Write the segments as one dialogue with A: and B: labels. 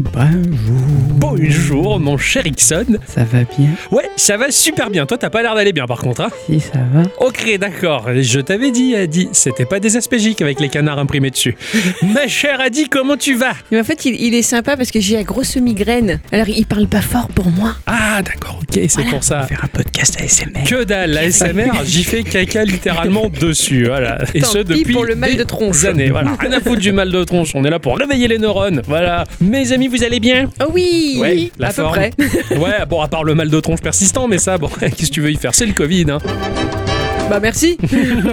A: Bonjour.
B: Bonjour mon cher Ixon.
A: Ça va bien
B: Ouais, ça va super bien. Toi, t'as pas l'air d'aller bien par contre. Hein
A: Si, ça va.
B: ok, d'accord. Je t'avais dit, Adi, c'était pas des aspégiques avec les canards imprimés dessus. Ma chère Adi, comment tu vas
C: Mais en fait, il, il est sympa parce que j'ai la grosse migraine. Alors, il parle pas fort pour moi.
B: Ah, d'accord, ok, c'est pour ça.
A: Faire un podcast ASMR.
B: Que dalle, la SMR, j'y fais caca littéralement dessus. Voilà. Et
C: Tant
B: ce
C: pis
B: depuis
C: pour le mal
B: des
C: de tronche.
B: années. Voilà. Rien à foutre du mal de tronche. On est là pour réveiller les neurones. Voilà. Mes amis, vous allez bien
C: Oh oui
B: Ouais, la
C: À peu
B: forme.
C: près.
B: Ouais, bon, à part le mal de tronche persistant, mais ça, bon, qu'est-ce que tu veux y faire C'est le Covid, hein.
C: Bah, merci.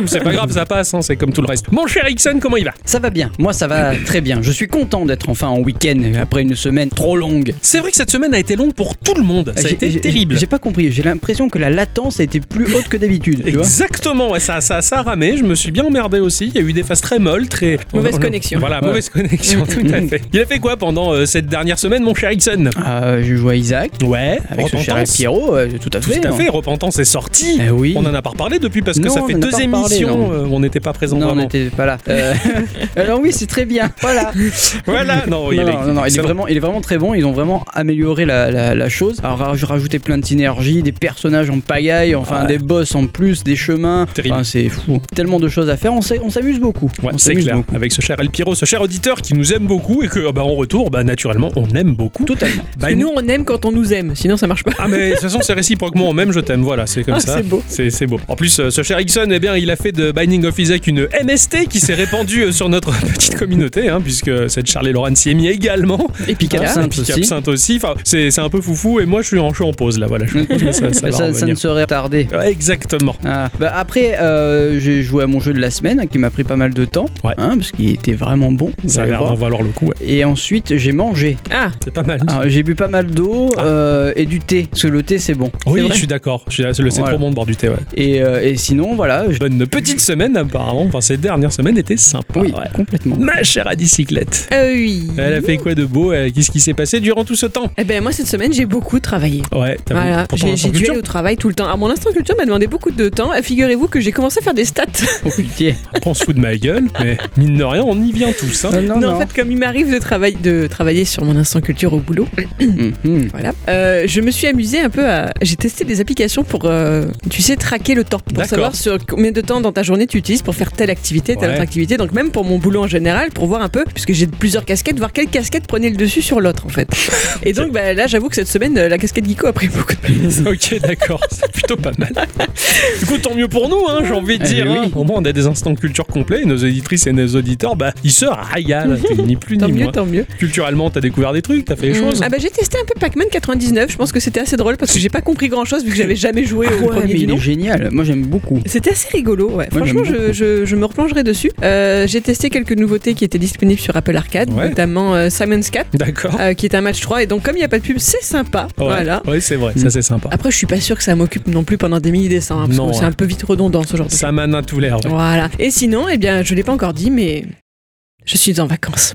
B: C'est pas grave, ça passe, hein, c'est comme tout le reste. Mon cher Ixon, comment il va
D: Ça va bien, moi ça va très bien. Je suis content d'être enfin en week-end après une semaine trop longue.
B: C'est vrai que cette semaine a été longue pour tout le monde. Ça a
D: J'ai-
B: été
D: j'ai-
B: terrible.
D: J'ai pas compris, j'ai l'impression que la latence a été plus haute que d'habitude, tu vois.
B: Exactement, ouais, ça, ça, ça a ramé. Je me suis bien emmerdé aussi. Il y a eu des phases très molles, très.
C: Mauvaise connexion.
B: Voilà,
D: Ouais.
B: mauvaise connexion, tout à fait. Il a fait quoi pendant euh, cette dernière semaine, mon cher Ixon
D: Euh, je vois Isaac
B: Ouais,
D: avec son cher
B: Repentance.
D: Pierrot, euh, tout à
B: Tout
D: fait.
B: à
D: non
B: fait, Repentance est sorti.
D: Eh oui.
B: On en a pas reparlé depuis parce que
D: Non,
B: ça
D: on
B: fait
D: en a
B: deux
D: pas reparlé,
B: émissions
D: non.
B: euh, où on n'était pas présents
D: Non, on
B: vraiment.
D: n'était pas là. Euh, Alors oui, c'est très bien. Voilà.
B: Voilà, non, il
D: non,
B: est-
D: non, non, non, il, est
B: excellent.
D: vraiment, il est vraiment très bon. Ils ont vraiment amélioré la, la- la chose. Alors, je rajoutais plein de synergies, des personnages en pagaille, enfin
B: Ouais.
D: des boss en plus, des chemins.
B: Terrible.
D: Enfin, c'est fou. Tellement de choses à faire. On s'est- on s'amuse beaucoup.
B: Ouais,
D: on
B: c'est
D: s'amuse
B: clair.
D: beaucoup.
B: Avec ce cher El Piro, ce cher auditeur qui nous aime beaucoup et que, bah, en retour, bah, naturellement, on aime beaucoup.
D: Totalement.
B: Bah,
C: Parce que nous, on aime quand on nous aime. Sinon, ça marche pas.
B: Ah mais de toute façon c'est réciproque, moi on m'aime, je t'aime, voilà, c'est comme
C: Ah,
B: ça.
C: c'est beau.
B: C'est c'est beau. En plus, euh, ce cher Ixon, eh bien, il a fait de Binding of Isaac une MST qui s'est répandue euh, sur notre petite communauté, hein, puisque cette Charlie Lauren s'y est mis également.
C: Et puis,
D: Picard,
C: voilà.
D: ça-
B: Et
D: Absinthe
B: puis
D: aussi.
B: Absinthe aussi. Enfin, c'est c'est un peu foufou et moi je suis en, je suis en pause là, voilà. Je pense que ça, ça
D: Mais
B: va
D: ça, ça ne
B: revenir.
D: serait tardé.
B: Ouais, Exactement.
D: Ah. Bah, après, euh, j'ai joué à mon jeu de la semaine hein, qui m'a pris pas mal de temps,
B: Ouais.
D: hein, parce qu'il était vraiment bon. vous
B: Ça a
D: allez
B: l'air
D: voir.
B: d'en valoir le coup, ouais.
D: Et ensuite, j'ai mangé.
C: Ah,
B: C'est pas mal.
D: Alors, J'ai bu pas mal d'eau
B: Ah.
D: euh, et du thé, parce que le thé c'est bon.
B: oui,
D: vrai.
B: je suis d'accord. Je suis là, C'est le- c'est
D: Voilà.
B: trop bon de boire du thé, ouais.
D: Et, euh, et sinon, voilà, je-
B: Bonne petite semaine apparemment. Enfin, ces dernières semaines étaient sympas.
D: oui,
B: ouais.
D: complètement.
B: Ma chère Adicyclette.
C: euh, oui.
B: Elle a fait quoi de beau euh, Qu'est-ce qui s'est passé durant tout ce temps
C: Eh ben, moi, cette semaine, j'ai beaucoup travaillé.
B: Ouais, t'as
C: Voilà,
B: pour ton
C: j'ai
B: instant
C: j'ai dû
B: culture.
C: aller au travail tout le temps. À mon instant culture m'a demandé beaucoup de temps. Et Figurez-vous que j'ai commencé à faire des stats.
D: Oh putain.
B: Après, on se fout de ma gueule, mais mine de rien, on y vient tous. Hein.
D: Non, non,
C: Non,
D: non.
C: en fait, comme il m'arrive de, travail- de travailler sur mon instant culture au boulot,
D: Mhm.
C: Voilà. Euh, je me suis amusée un peu à. J'ai testé des applications pour, euh, tu sais, traquer le temps. Pour
B: D'accord.
C: savoir sur combien de temps dans ta journée tu utilises pour faire telle activité, telle
B: Ouais.
C: autre activité. Donc, même pour mon boulot en général, pour voir un peu, puisque j'ai plusieurs casquettes, voir quelle casquette prenait le dessus sur l'autre, en fait. Et donc, bah, là, j'avoue que cette semaine, euh, la casquette Geeko a pris beaucoup de place.
B: Ok, d'accord, c'est plutôt pas mal. Du coup, tant mieux pour nous, hein, j'ai envie de
D: Eh
B: dire.
D: oui.
B: hein. Au moins, on a des instants culture complets, et nos auditrices et nos auditeurs, bah, ils se régalent, ni plus
C: Tant
B: ni
C: mieux,
B: moins.
C: tant mieux.
B: Culturellement, t'as découvert des trucs, t'as fait des choses.
C: Ah bah j'ai testé un peu Pac-Man 99, je pense que c'était assez drôle parce que j'ai pas compris grand chose vu que j'avais jamais joué au
D: Ah Ouais, mais
C: premier du
D: il
C: nom.
D: est génial. Moi j'aime beaucoup.
C: C'était assez rigolo, ouais.
D: Moi,
C: Franchement,
D: j'aime
C: je, je- je me replongerai dessus. Euh, j'ai testé quelques nouveautés qui étaient disponibles sur Apple Arcade,
B: Ouais.
C: notamment euh, Simon's Cat,
B: D'accord.
C: euh, qui est un match 3. Et donc, comme il n'y a pas de pub, c'est sympa.
B: Ouais,
C: Voilà. Mm. Ah,
B: ouais, c'est vrai, ça c'est sympa.
C: Après, je suis pas sûr que ça m'occupe non plus pendant des milliers des cents, hein, parce
B: Non,
C: que c'est
B: ouais.
C: un peu vite redondant ce genre de
B: Ça mène à tout l'air. ouais.
C: Voilà. Et sinon, eh bien, je l'ai pas encore dit, mais je suis en vacances.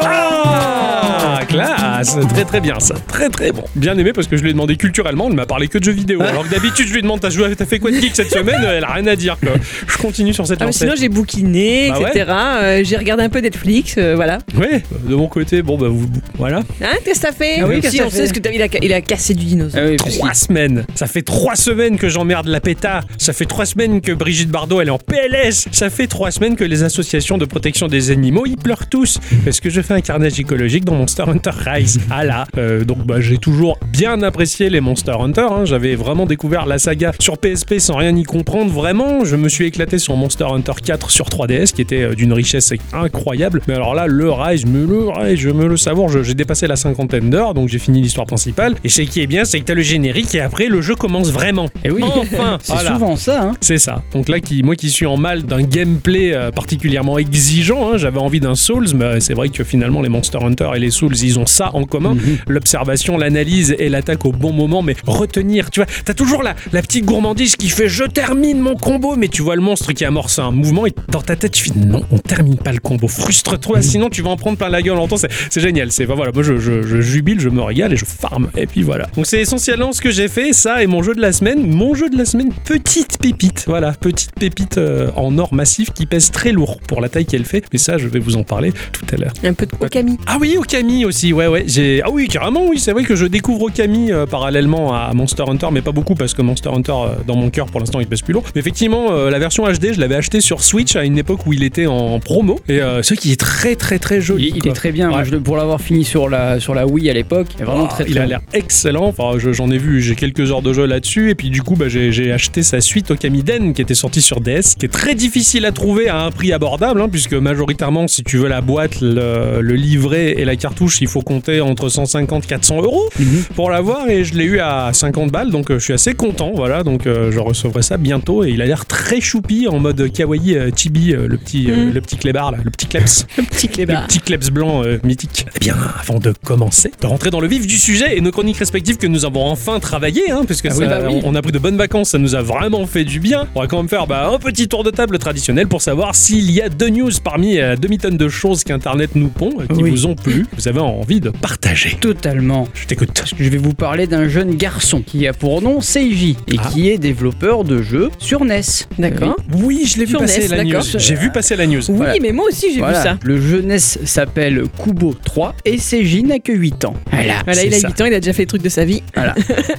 B: Ah, classe Très très bien ça, très très bon. Bien aimé parce que je lui ai demandé culturellement, elle m'a parlé que de jeux vidéo. Alors que d'habitude je lui demande t'as joué, t'as fait quoi de geek cette semaine Elle a rien à dire quoi. Je continue sur cette
C: Ah, mais
B: lancée.
C: sinon, j'ai bouquiné,
B: Bah ouais.
C: etc. Euh, j'ai regardé un peu Netflix, euh, voilà.
B: Ouais, de mon côté, bon bah vous, voilà.
C: Hein, qu'est-ce que t'as fait
D: Ah oui, qu'est-ce
C: Si,
D: que
C: on
D: t'as
C: sait
D: fait
C: ce que t'as- il a, il a cassé du dinosaure.
D: Ah oui, parce
B: Trois
D: qu'il-
B: semaines. Ça fait trois semaines que j'emmerde la péta. Ça fait trois semaines que Brigitte Bardot elle est en PLS. Ça fait trois semaines que les associations de protection des animaux ils pleurent tous parce que je fais un carnage écologique dans Monster Hunter Rise. Ah là. Euh, donc bah j'ai toujours bien apprécié les Monster Hunter. hein. J'avais vraiment découvert la saga sur PSP sans rien y comprendre vraiment. Je me suis éclaté sur Monster Hunter 4 sur 3DS qui était euh, d'une richesse incroyable. Mais alors là le Rise me le Rise je me le savoir. je- J'ai dépassé la cinquantaine d'heures donc j'ai fini l'histoire principale. Et ce qui est bien c'est que t'as le générique et après le jeu commence vraiment.
D: Eh oui.
B: Enfin
D: C'est
B: voilà.
D: souvent ça. Hein.
B: C'est ça. Donc là, qui, moi qui suis en mal d'un gameplay euh, particulièrement exigeant, hein, j'avais envie d'un Souls, mais c'est vrai que finalement les Monster Hunter et les Souls, ils ont ça en commun. L'observation, l'analyse et l'attaque au bon moment, mais retenir, tu vois, t'as toujours la, la petite gourmandise qui fait je termine mon combo, mais tu vois le monstre qui amorce un mouvement et dans ta tête, tu fais non, on termine pas le combo, frustre-toi, sinon tu vas en prendre plein la gueule longtemps, c'est c'est génial. C'est voilà, moi je, je- je jubile, je me régale et je farme, et puis voilà. Donc c'est essentiellement ce que j'ai fait, ça et mon jeu de la semaine. Mon jeu de la semaine, petite pépite, voilà, petite pépite euh, en or massif qui pèse très lourd pour la taille qu'elle fait, mais ça je vais vous en parler tout à l'heure.
C: Un peu de Okami.
B: Ah oui, Okami aussi, ouais, ouais. J'ai... Ah oui, carrément, oui. C'est vrai que je découvre Okami euh, parallèlement à Monster Hunter, mais pas beaucoup parce que Monster Hunter, euh, dans mon cœur, pour l'instant, il pèse plus lourd. Mais effectivement, euh, la version HD, je l'avais acheté sur Switch à une époque où il était en promo. Et euh, ce qui est très, très, très
D: Il,
B: joli.
D: il
B: quoi.
D: est très bien. Moi,
B: Ouais.
D: je le- pour l'avoir fini sur la, sur la Wii à l'époque, il est vraiment
B: Oh,
D: très, très
B: il a
D: bon.
B: l'air excellent. Enfin, je- j'en ai vu, j'ai quelques heures de jeu là-dessus. Et puis du coup, bah, j'ai j'ai acheté sa suite Okamiden qui était sortie sur DS, qui est très difficile à trouver à un prix abordable, hein, puisque majoritairement, si tu veux la boîte, le, le livret et la cartouche, il faut compter entre 150 400 euros
D: Mhm.
B: pour l'avoir. Et je l'ai eu à 50 balles, donc euh, je suis assez content. Voilà, donc euh, je recevrai ça bientôt. Et il a l'air très choupi en mode kawaii euh, chibi, euh, le petit, euh,
C: Mhm.
B: le petit clébard là, le petit kleps.
C: Le petit
B: Le Eh
D: Bah.
B: petit kleps blanc euh, mythique. Eh bien, avant de commencer, de rentrer dans le vif du sujet et nos chroniques respectives que nous avons enfin travaillées, hein, puisque
D: Ah
B: ça-
D: oui, bah oui.
B: on a pris de bonnes vacances, ça nous a vraiment fait du bien. On va quand même faire bah, un petit tour de table traditionnel pour savoir s'il y a deux news parmi la demi-tonne de choses qu'Internet nous pond, euh, qui
D: Oui.
B: vous ont plu, vous avez envie de partager.
D: Totalement.
B: Je t'écoute.
D: Parce que je vais vous parler d'un jeune garçon qui a pour nom Seiji et
B: Ah.
D: qui est développeur de jeux sur E NES.
C: D'accord.
B: Oui, je l'ai vu
C: Sur
B: passer
C: NES,
B: la news.
C: d'accord.
B: J'ai vu passer la news.
C: Oui,
D: Voilà.
C: mais moi aussi j'ai
D: Voilà.
C: vu ça.
D: Le jeu NES s'appelle Kubo 3 et Seiji n'a que 8 ans. Voilà.
C: Voilà,
D: c'est
C: il a
D: ça.
C: 8 ans, il a déjà fait des trucs de sa vie.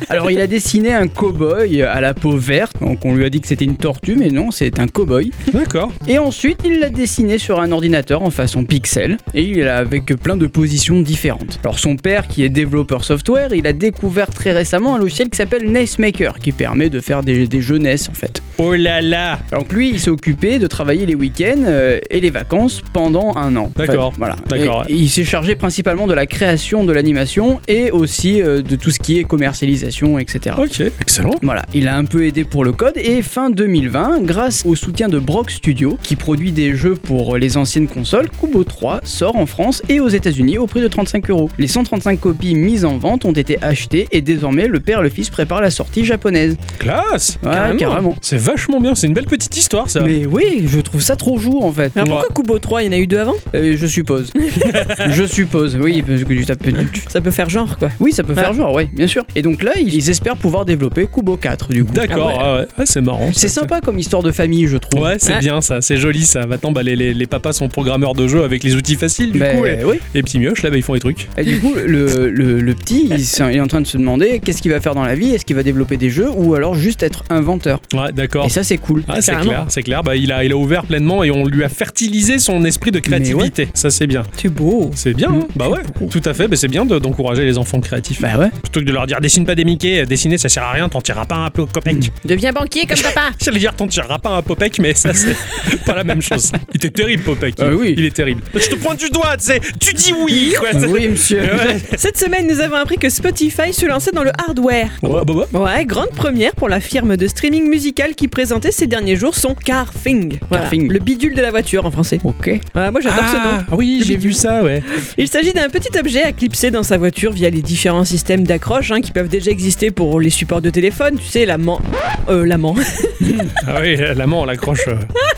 D: Alors il a dessiné un cow-boy à la peau verte. Donc on lui a dit que c'était une tortue, mais non, c'est un cow-boy.
B: D'accord.
D: Et ensuite, il l'a dessiné sur un ordinateur en façon pixel, et il a avec plein de positions différentes. Alors son père, qui est développeur software, il a découvert très récemment un logiciel qui s'appelle NES Maker, qui permet de faire des, des jeux NES en fait.
B: Oh là là.
D: Alors que lui, il s'est occupé de travailler les week-ends euh, et les vacances pendant un an.
B: D'accord.
D: En fait, voilà.
B: D'accord,
D: Et- et il s'est chargé principalement de la création de l'animation et aussi euh, de tout ce qui est commercialisation, etc.
B: Ok, excellent.
D: Voilà, il a un peu aidé pour le code et fin 2020, grâce au soutien de Brock Studio, qui produit des jeux pour les anciennes consoles, Kubo 3 sort en France et aux États-Unis au prix de 35 euros. Les 135 copies mises en vente ont été achetées et désormais le père et le fils préparent la sortie japonaise.
B: Classe.
D: Ouais,
C: Carrément.
B: C'est vachement bien. C'est une belle petite histoire, ça.
D: Mais oui, je trouve ça trop jour en fait.
C: Alors
B: Ouais.
C: pourquoi Kubo 3 Il y en a eu deux avant
D: Euh, je suppose. je suppose, oui, parce que tu tapes. tu-
C: Ça peut faire genre quoi.
D: Oui, ça
B: Ah.
D: peut faire genre, oui, bien sûr. Et donc là, ils espèrent pouvoir développer Kubo 4 du coup.
B: D'accord.
C: Ah
B: ah ouais. Ah, c'est marrant.
D: C'est sympa comme histoire de famille, je trouve.
B: Ouais, c'est
C: Ouais.
B: bien ça, c'est joli ça. Maintenant, bah, les, les, les papas sont programmeurs de jeux avec les outils faciles, du
D: Ben,
B: coup, et,
D: oui.
B: et petits mioches, là, bah, ils font des trucs.
D: Et du coup, le, le- le petit, il, s'est- il est en train de se demander qu'est-ce qu'il va faire dans la vie, est-ce qu'il va développer des jeux ou alors juste être inventeur.
B: Ouais, d'accord.
D: Et ça, c'est cool.
B: Ah, c'est
C: carrément.
B: clair, c'est clair. Bah, il, a, il a ouvert pleinement et on lui a fertilisé son esprit de créativité. Ça, c'est bien.
C: C'est beau.
B: C'est bien, hein bah ouais, tout à fait. Bah, c'est bien de- d'encourager les enfants créatifs.
D: Bah ouais.
B: Plutôt que de leur dire dessine pas des Mickey, euh, dessiner ça sert à rien, t'en tireras pas un peu au copec.
C: Deviens banquier comme papa.
B: J'allais dire t'en tireras pas un popec, mais ça, c'est pas la même chose. Il était terrible, popec.
D: Ah oui.
B: Il est terrible. Je te pointe du doigt, tu sais, tu dis oui, quoi.
D: Oui, monsieur.
B: Ouais.
C: Cette semaine, nous avons appris que Spotify se lançait dans le hardware.
B: Ouais, bah, bah.
C: Ouais, grande première pour la firme de streaming musical qui présentait ces derniers jours son Carfing. Voilà,
D: Carfing.
C: Le bidule de la voiture en français.
D: Ok.
C: Ouais, moi j'adore ce nom.
B: Oh. Ah, oui, j'ai vu ça, ouais.
C: Il s'agit d'un petit objet à clipser dans sa voiture via les différents systèmes d'accroche hein, qui peuvent déjà exister pour les supports de téléphone. Tu sais, l'amant. Euh, l'amant.
B: Ah oui, l'amant, on l'accroche euh,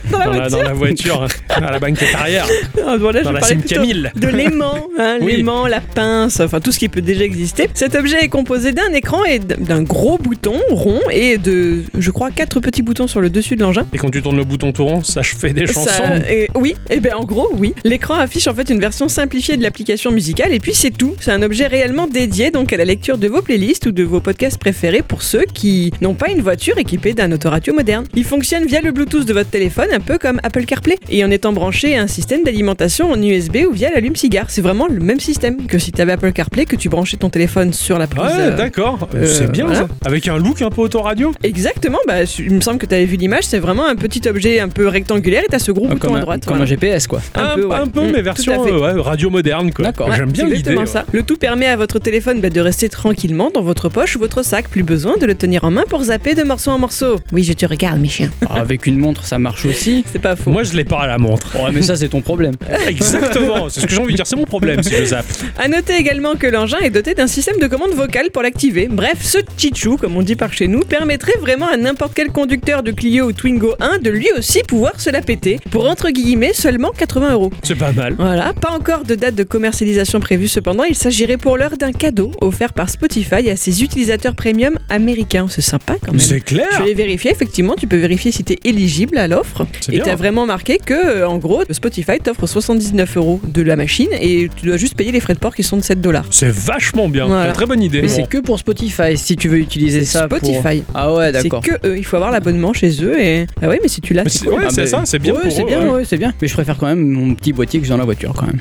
C: dans la
B: dans, la-
C: voiture.
B: dans la voiture, euh, à la banquette arrière,
C: Ah, voilà,
B: dans
C: je
B: la
C: parlais
B: Sim
C: plutôt
B: Camille.
C: De l'aimant, hein,
B: Oui.
C: l'aimant, la pince, enfin tout ce qui peut déjà exister. Cet objet est composé d'un écran et d- d'un gros bouton rond et de, je crois, quatre petits boutons sur le dessus de l'engin.
B: Et quand tu tournes le bouton tournant, ça je fais des chansons.
C: Ça- et- oui, et ben en gros, oui. L'écran affiche en fait une version simplifiée de l'application musicale et puis c'est tout. C'est un objet réellement dédié donc à la lecture de vos playlists ou de vos podcasts préférés pour ceux qui n'ont pas une voiture équipée d'un autoradio moderne. Il fonctionne via le Bluetooth de votre téléphone, un peu comme Apple CarPlay, et en étant branché à un système d'alimentation en USB ou via l'allume-cigare. C'est vraiment le même système que si tu avais Apple CarPlay, que tu branchais ton téléphone sur la prise.
B: Ouais,
C: euh,
B: d'accord,
C: euh,
B: c'est bien
C: voilà.
B: ça. Avec un look un peu autoradio.
C: Exactement, bah, il me semble que tu avais vu l'image, c'est vraiment un petit objet un peu rectangulaire et t'as ce gros bouton
D: Ah, comme,
C: à
D: un,
C: droite.
D: comme
C: voilà.
D: un GPS, quoi.
B: Un,
C: ouais.
B: un peu,
C: Mm, tout
B: mais
C: à
B: version
C: fait.
B: euh, ouais, radio moderne quoi.
D: D'accord.
B: J'aime
C: Ouais,
B: bien
C: c'est
B: l'idée.
C: exactement
B: ouais.
C: ça. Le tout permet à votre téléphone bah, de rester tranquillement dans votre poche ou votre sac. Plus besoin de le tenir en main pour zapper de morceau en morceau. Oui, je te regarde, mes chiens.
D: Ah, avec une montre, ça marche aussi.
C: C'est pas faux.
B: Moi je l'ai pas à la montre.
D: Ouais, Ah, mais ça, c'est ton problème.
B: Exactement, c'est ce que j'ai envie de dire, c'est mon problème si je zappe.
C: À noter également que l'engin est doté d'un système de commande vocale pour l'activer. Bref, ce chichou, comme on dit par chez nous, permettrait vraiment à n'importe quel conducteur de Clio ou Twingo 1 de lui aussi pouvoir se la péter pour entre guillemets seulement 80 euros.
B: C'est pas mal.
C: Voilà, pas encore de date de commercialisation prévue cependant, il s'agirait pour l'heure d'un cadeau offert par Spotify à ses utilisateurs premium américains. C'est sympa quand même.
B: C'est
C: Je
B: clair.
C: vais vérifier, effectivement, tu peux vérifier si tu es éligible à l'offre.
B: C'est
C: Et
B: bien.
C: tu as vraiment marqué que, euh, en gros, Spotify t'offre 79 euros de la machine et tu dois juste payer les frais de port qui sont de 7 dollars.
B: C'est vachement bien.
C: Voilà.
B: C'est une Très bonne idée.
D: Mais
B: Bon.
D: c'est que pour Spotify si tu veux utiliser ça. pour-
C: Spotify.
D: Ah ouais,
C: C'est
D: d'accord.
C: que eux, il faut avoir l'abonnement chez eux et. Ah oui, mais si tu l'as,
B: Mais
C: c'est
B: c'est-
C: cool.
B: ouais,
D: Ah
B: c'est
D: bah,
B: ça, c'est bien
D: ouais,
B: pour
D: c'est
B: eux,
D: bien,
B: ouais.
D: ouais, c'est bien. Mais je préfère quand même mon petit boîtier que j'ai dans la voiture quand même,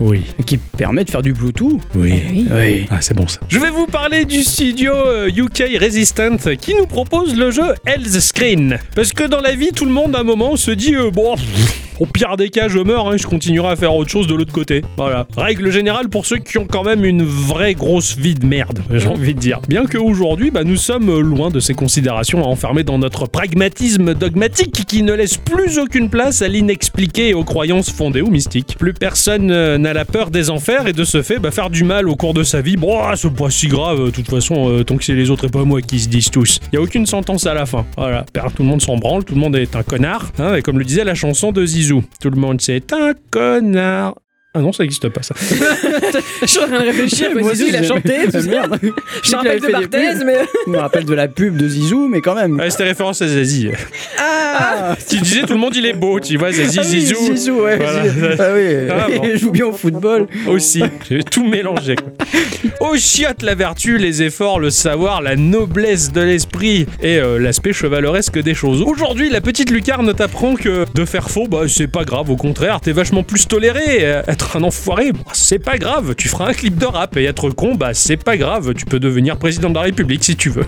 B: Oui,
D: qui permet de faire du Bluetooth.
B: oui.
C: Oui.
D: Oui.
B: Ah, c'est bon ça. Je vais vous parler du studio euh, UK Resistant qui nous propose le jeu Hell's Screen. Parce que dans la vie, tout le monde à un moment se dit euh, bon, pff, au pire des cas, je meurs, hein, je continuerai à faire autre chose de l'autre côté. Voilà. Règle générale pour ceux qui ont quand même une vraie grosse vie de merde, j'ai envie de dire. Bien qu'aujourd'hui, bah, nous sommes loin de ces considérations à enfermer dans notre pragmatisme dogmatique qui ne laisse plus aucune place à l'inexpliqué et aux croyances fondées ou mystiques. Plus personne euh, n'a la peur des enfers et de ce fait, bah, faire du mal au cours de sa vie, bon, ah, c'est pas si grave, euh, de toute façon, euh, tant que c'est les autres et pas moi qui se disent tous. Il y a aucune sentence à la fin. Voilà, Père, tout le monde s'en branle, tout le monde est un connard, hein, et comme le disait la chanson de Zizou, tout le monde c'est un connard. Ah non, ça n'existe pas ça.
C: Je suis en train de réfléchir.
D: Moi
C: Ah, Moi,
D: aussi,
C: il a
D: j'ai- Ah,
C: chanté. tout ça.
D: Merde.
C: Je me rappelle de Barthez, mais.
D: Je me rappelle de la pub de Zizou, mais quand même.
B: Ouais, C'était référence à Zazie.
D: Ah,
B: Qui disait tout le monde il est beau, tu vois, Zazie,
D: Ah oui,
B: Zizou.
D: Zizou, ouais.
B: Voilà.
D: Zizou. Ah oui,
B: Ah, bon.
D: il joue bien au football.
B: aussi. J'ai tout mélangé. quoi. Au chiotte la vertu, les efforts, le savoir, la noblesse de l'esprit et euh, l'aspect chevaleresque des choses. Aujourd'hui, la petite lucarne t'apprend que de faire faux, bah c'est pas grave. Au contraire, t'es vachement plus toléré. Euh, Être un enfoiré, bah, c'est pas grave. Tu feras un clip de rap et être con, bah c'est pas grave. Tu peux devenir président de la République si tu veux.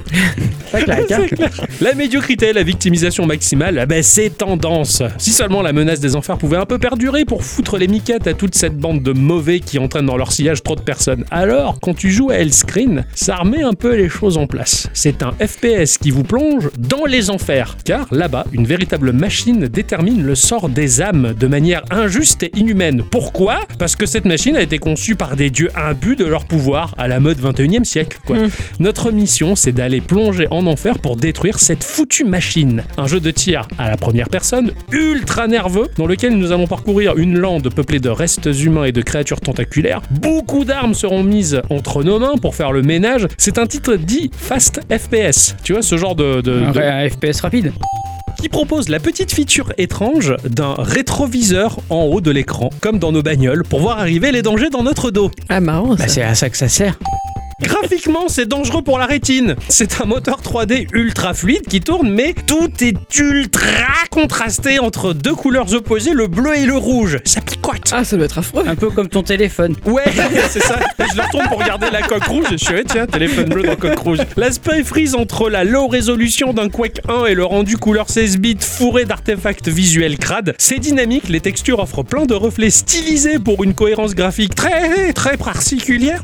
D: Pas claque, hein.
B: La médiocrité, la victimisation maximale, ah ben c'est tendance. Si seulement la menace des enfers pouvait un peu perdurer pour foutre les miquettes à toute cette bande de mauvais qui entraînent dans leur sillage trop de personnes. Alors, quand tu joues à Hellscreen, ça remet un peu les choses en place. C'est un FPS qui vous plonge dans les enfers, car là-bas, une véritable machine détermine le sort des âmes de manière injuste et inhumaine. Pourquoi Parce que cette machine a été conçue par des dieux imbus de leur pouvoir, à la mode 21e siècle, quoi. Notre mission, c'est d'aller plonger en enfer pour détruire cette foutue machine. Un jeu de tir à la première personne, ultra nerveux, dans lequel nous allons parcourir une lande peuplée de restes humains et de créatures tentaculaires. Beaucoup d'armes seront mises entre nos mains pour faire le ménage. C'est un titre dit Fast FPS. Tu vois, ce genre de- de- de,
D: Ouais, un FPS rapide.
B: qui propose la petite feature étrange d'un rétroviseur en haut de l'écran, comme dans nos bagnoles, pour voir arriver les dangers dans notre dos.
C: Ah, marrant ça.
D: Bah, c'est à ça que ça sert.
B: Graphiquement, c'est dangereux pour la rétine. C'est un moteur 3D ultra fluide qui tourne, mais tout est ultra contrasté entre deux couleurs opposées, le bleu et le rouge. Ça picote.
C: Ah, ça doit être affreux.
D: Un peu comme ton téléphone.
B: Ouais, c'est ça. Je le retourne pour regarder la coque rouge. Je suis, eh, tiens, téléphone bleu dans coque rouge. L'aspect frise entre la low résolution d'un Quake 1 et le rendu couleur 16 bits fourré d'artefacts visuels crades. C'est dynamique, les textures offrent plein de reflets stylisés pour une cohérence graphique très, très particulière.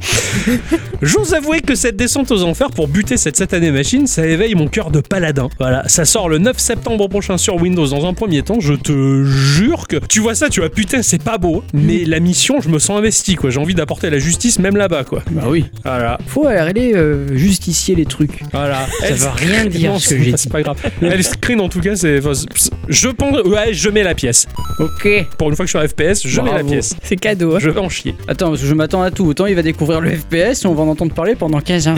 B: J'ose avouer que cette descente aux enfers pour buter cette satanée machine, ça éveille mon cœur de paladin. Voilà, ça sort le 9 septembre prochain sur Windows dans un premier temps, je te jure que tu vois ça, tu vois putain, c'est pas beau, hein. mais la mission, je me sens investi quoi, j'ai envie d'apporter la justice même là-bas quoi.
D: Bah oui.
B: Voilà,
D: Faut aller euh, justifier les trucs.
B: voilà.
D: Ça
B: Elle
D: veut rien dire,
B: Non,
D: ce que j'ai
B: c'est-
D: dit.
B: C'est pas grave. Elle screen en tout cas, c'est enfin, c'est- je pense ouais, je mets la pièce.
D: Ok.
B: Pour une fois que je suis à FPS, je mets la
D: Bravo.
B: pièce.
C: C'est cadeau. hein.
B: Je vais en chier.
D: Attends, parce que je m'attends à tout. Autant il va découvrir le FPS et on va en entendre parler pendant 15 ans.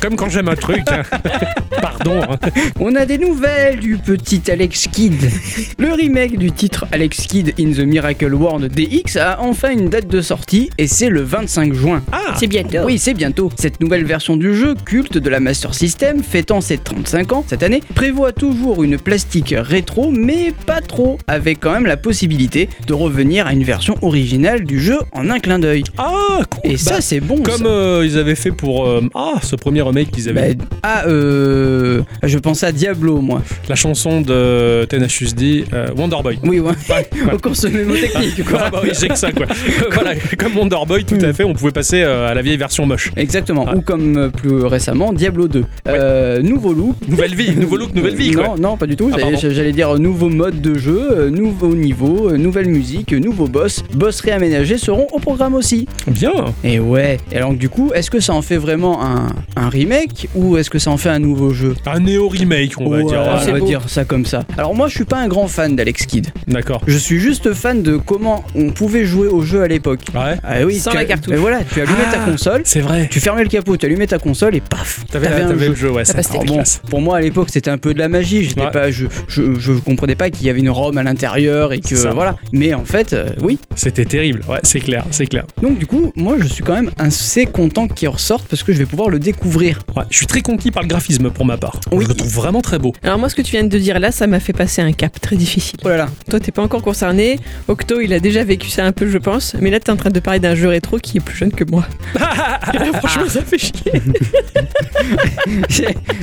B: Comme quand j'aime un truc. hein. Pardon. hein.
D: On a des nouvelles du petit Alex Kidd. Le remake du titre Alex Kidd in the Miracle World DX a enfin une date de sortie et c'est le 25 juin.
B: Ah,
C: C'est bientôt.
D: Oui, c'est bientôt. Cette nouvelle version du jeu, culte de la Master System, fêtant ses 35 ans cette année, prévoit toujours une plastique rétro, mais pas trop, avec quand même la possibilité de revenir à une version originale du jeu en un clin d'œil.
B: ah cool.
D: Et
B: Bah,
D: ça, c'est bon.
B: Comme
D: ça.
B: euh, ils avaient fait pour euh, ah ce premier remake qu'ils avaient
D: Bah, ah, euh. Je pense à Diablo, moi.
B: la chanson de Tenacious D euh, Wonder Boy.
D: Oui, ouais.
B: Ouais, ouais.
D: Au cours de mémotechnique, quoi.
B: Ah bah oui, j'ai que ça quoi. Euh, voilà, comme Wonder Boy, tout à fait, on pouvait passer euh, à la vieille version moche.
D: Exactement,
B: Ah.
D: ou comme euh, plus récemment, Diablo 2. Euh, nouveau look.
B: Nouvelle vie, nouveau look, nouvelle vie quoi.
D: Non, non, pas du tout.
B: Ah,
D: J'allais-
B: pardon.
D: J'allais dire euh, nouveau mode de jeu, euh, nouveau niveau, euh, nouvelle musique, euh, nouveau boss. Boss réaménagés seront au programme aussi.
B: Bien.
D: Et ouais. Et alors Donc du coup, est-ce que ça en fait vraiment un, un remake ou est-ce que ça en fait un nouveau jeu
B: Un néo-remake, on va
D: Ouais,
B: dire. euh, Ah,
D: on
B: Ouais.
D: va
C: beau.
D: dire ça comme ça. Alors moi, je suis pas un grand fan d'Alex Kidd.
B: D'accord.
D: Je suis juste fan de comment on pouvait jouer au jeu à l'époque.
B: Ouais.
D: Ah oui,
C: Sans
D: tu
C: la
D: as-
C: cartouche.
D: Mais voilà, tu allumais
B: Ah.
D: ta console,
B: C'est vrai.
D: tu fermais le capot, tu allumais ta console et paf,
B: T'avais
D: t'avais un
B: t'avais
D: jeu.
B: le jeu, ouais. ça,
C: bah, c'était
B: alors,
D: Bon,
B: bon.
D: pour moi à l'époque c'était un peu de la magie, j'étais
B: Ouais.
D: pas, je, je, je comprenais pas qu'il y avait une Rome à l'intérieur et que
B: C'est ça.
D: voilà. Mais en fait, euh, oui.
B: C'était terrible. Ouais, c'est clair, c'est clair.
D: Donc du coup, moi je suis quand même assez content qu'il ressorte parce que je vais pouvoir le découvrir.
B: Ouais, je suis très conquis par le graphisme pour ma part.
D: Oui.
B: Je le trouve vraiment très beau.
C: Alors moi, ce que tu viens de dire là, ça m'a fait passer un cap très difficile.
D: Oh là là,
C: Toi, t'es pas encore concerné. Octo, il a déjà vécu ça un peu, je pense. Mais là, t'es en train de parler d'un jeu rétro qui est plus jeune que moi. Et là, franchement, ça fait chier.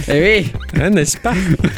D: eh oui,
B: Hein, N'est-ce pas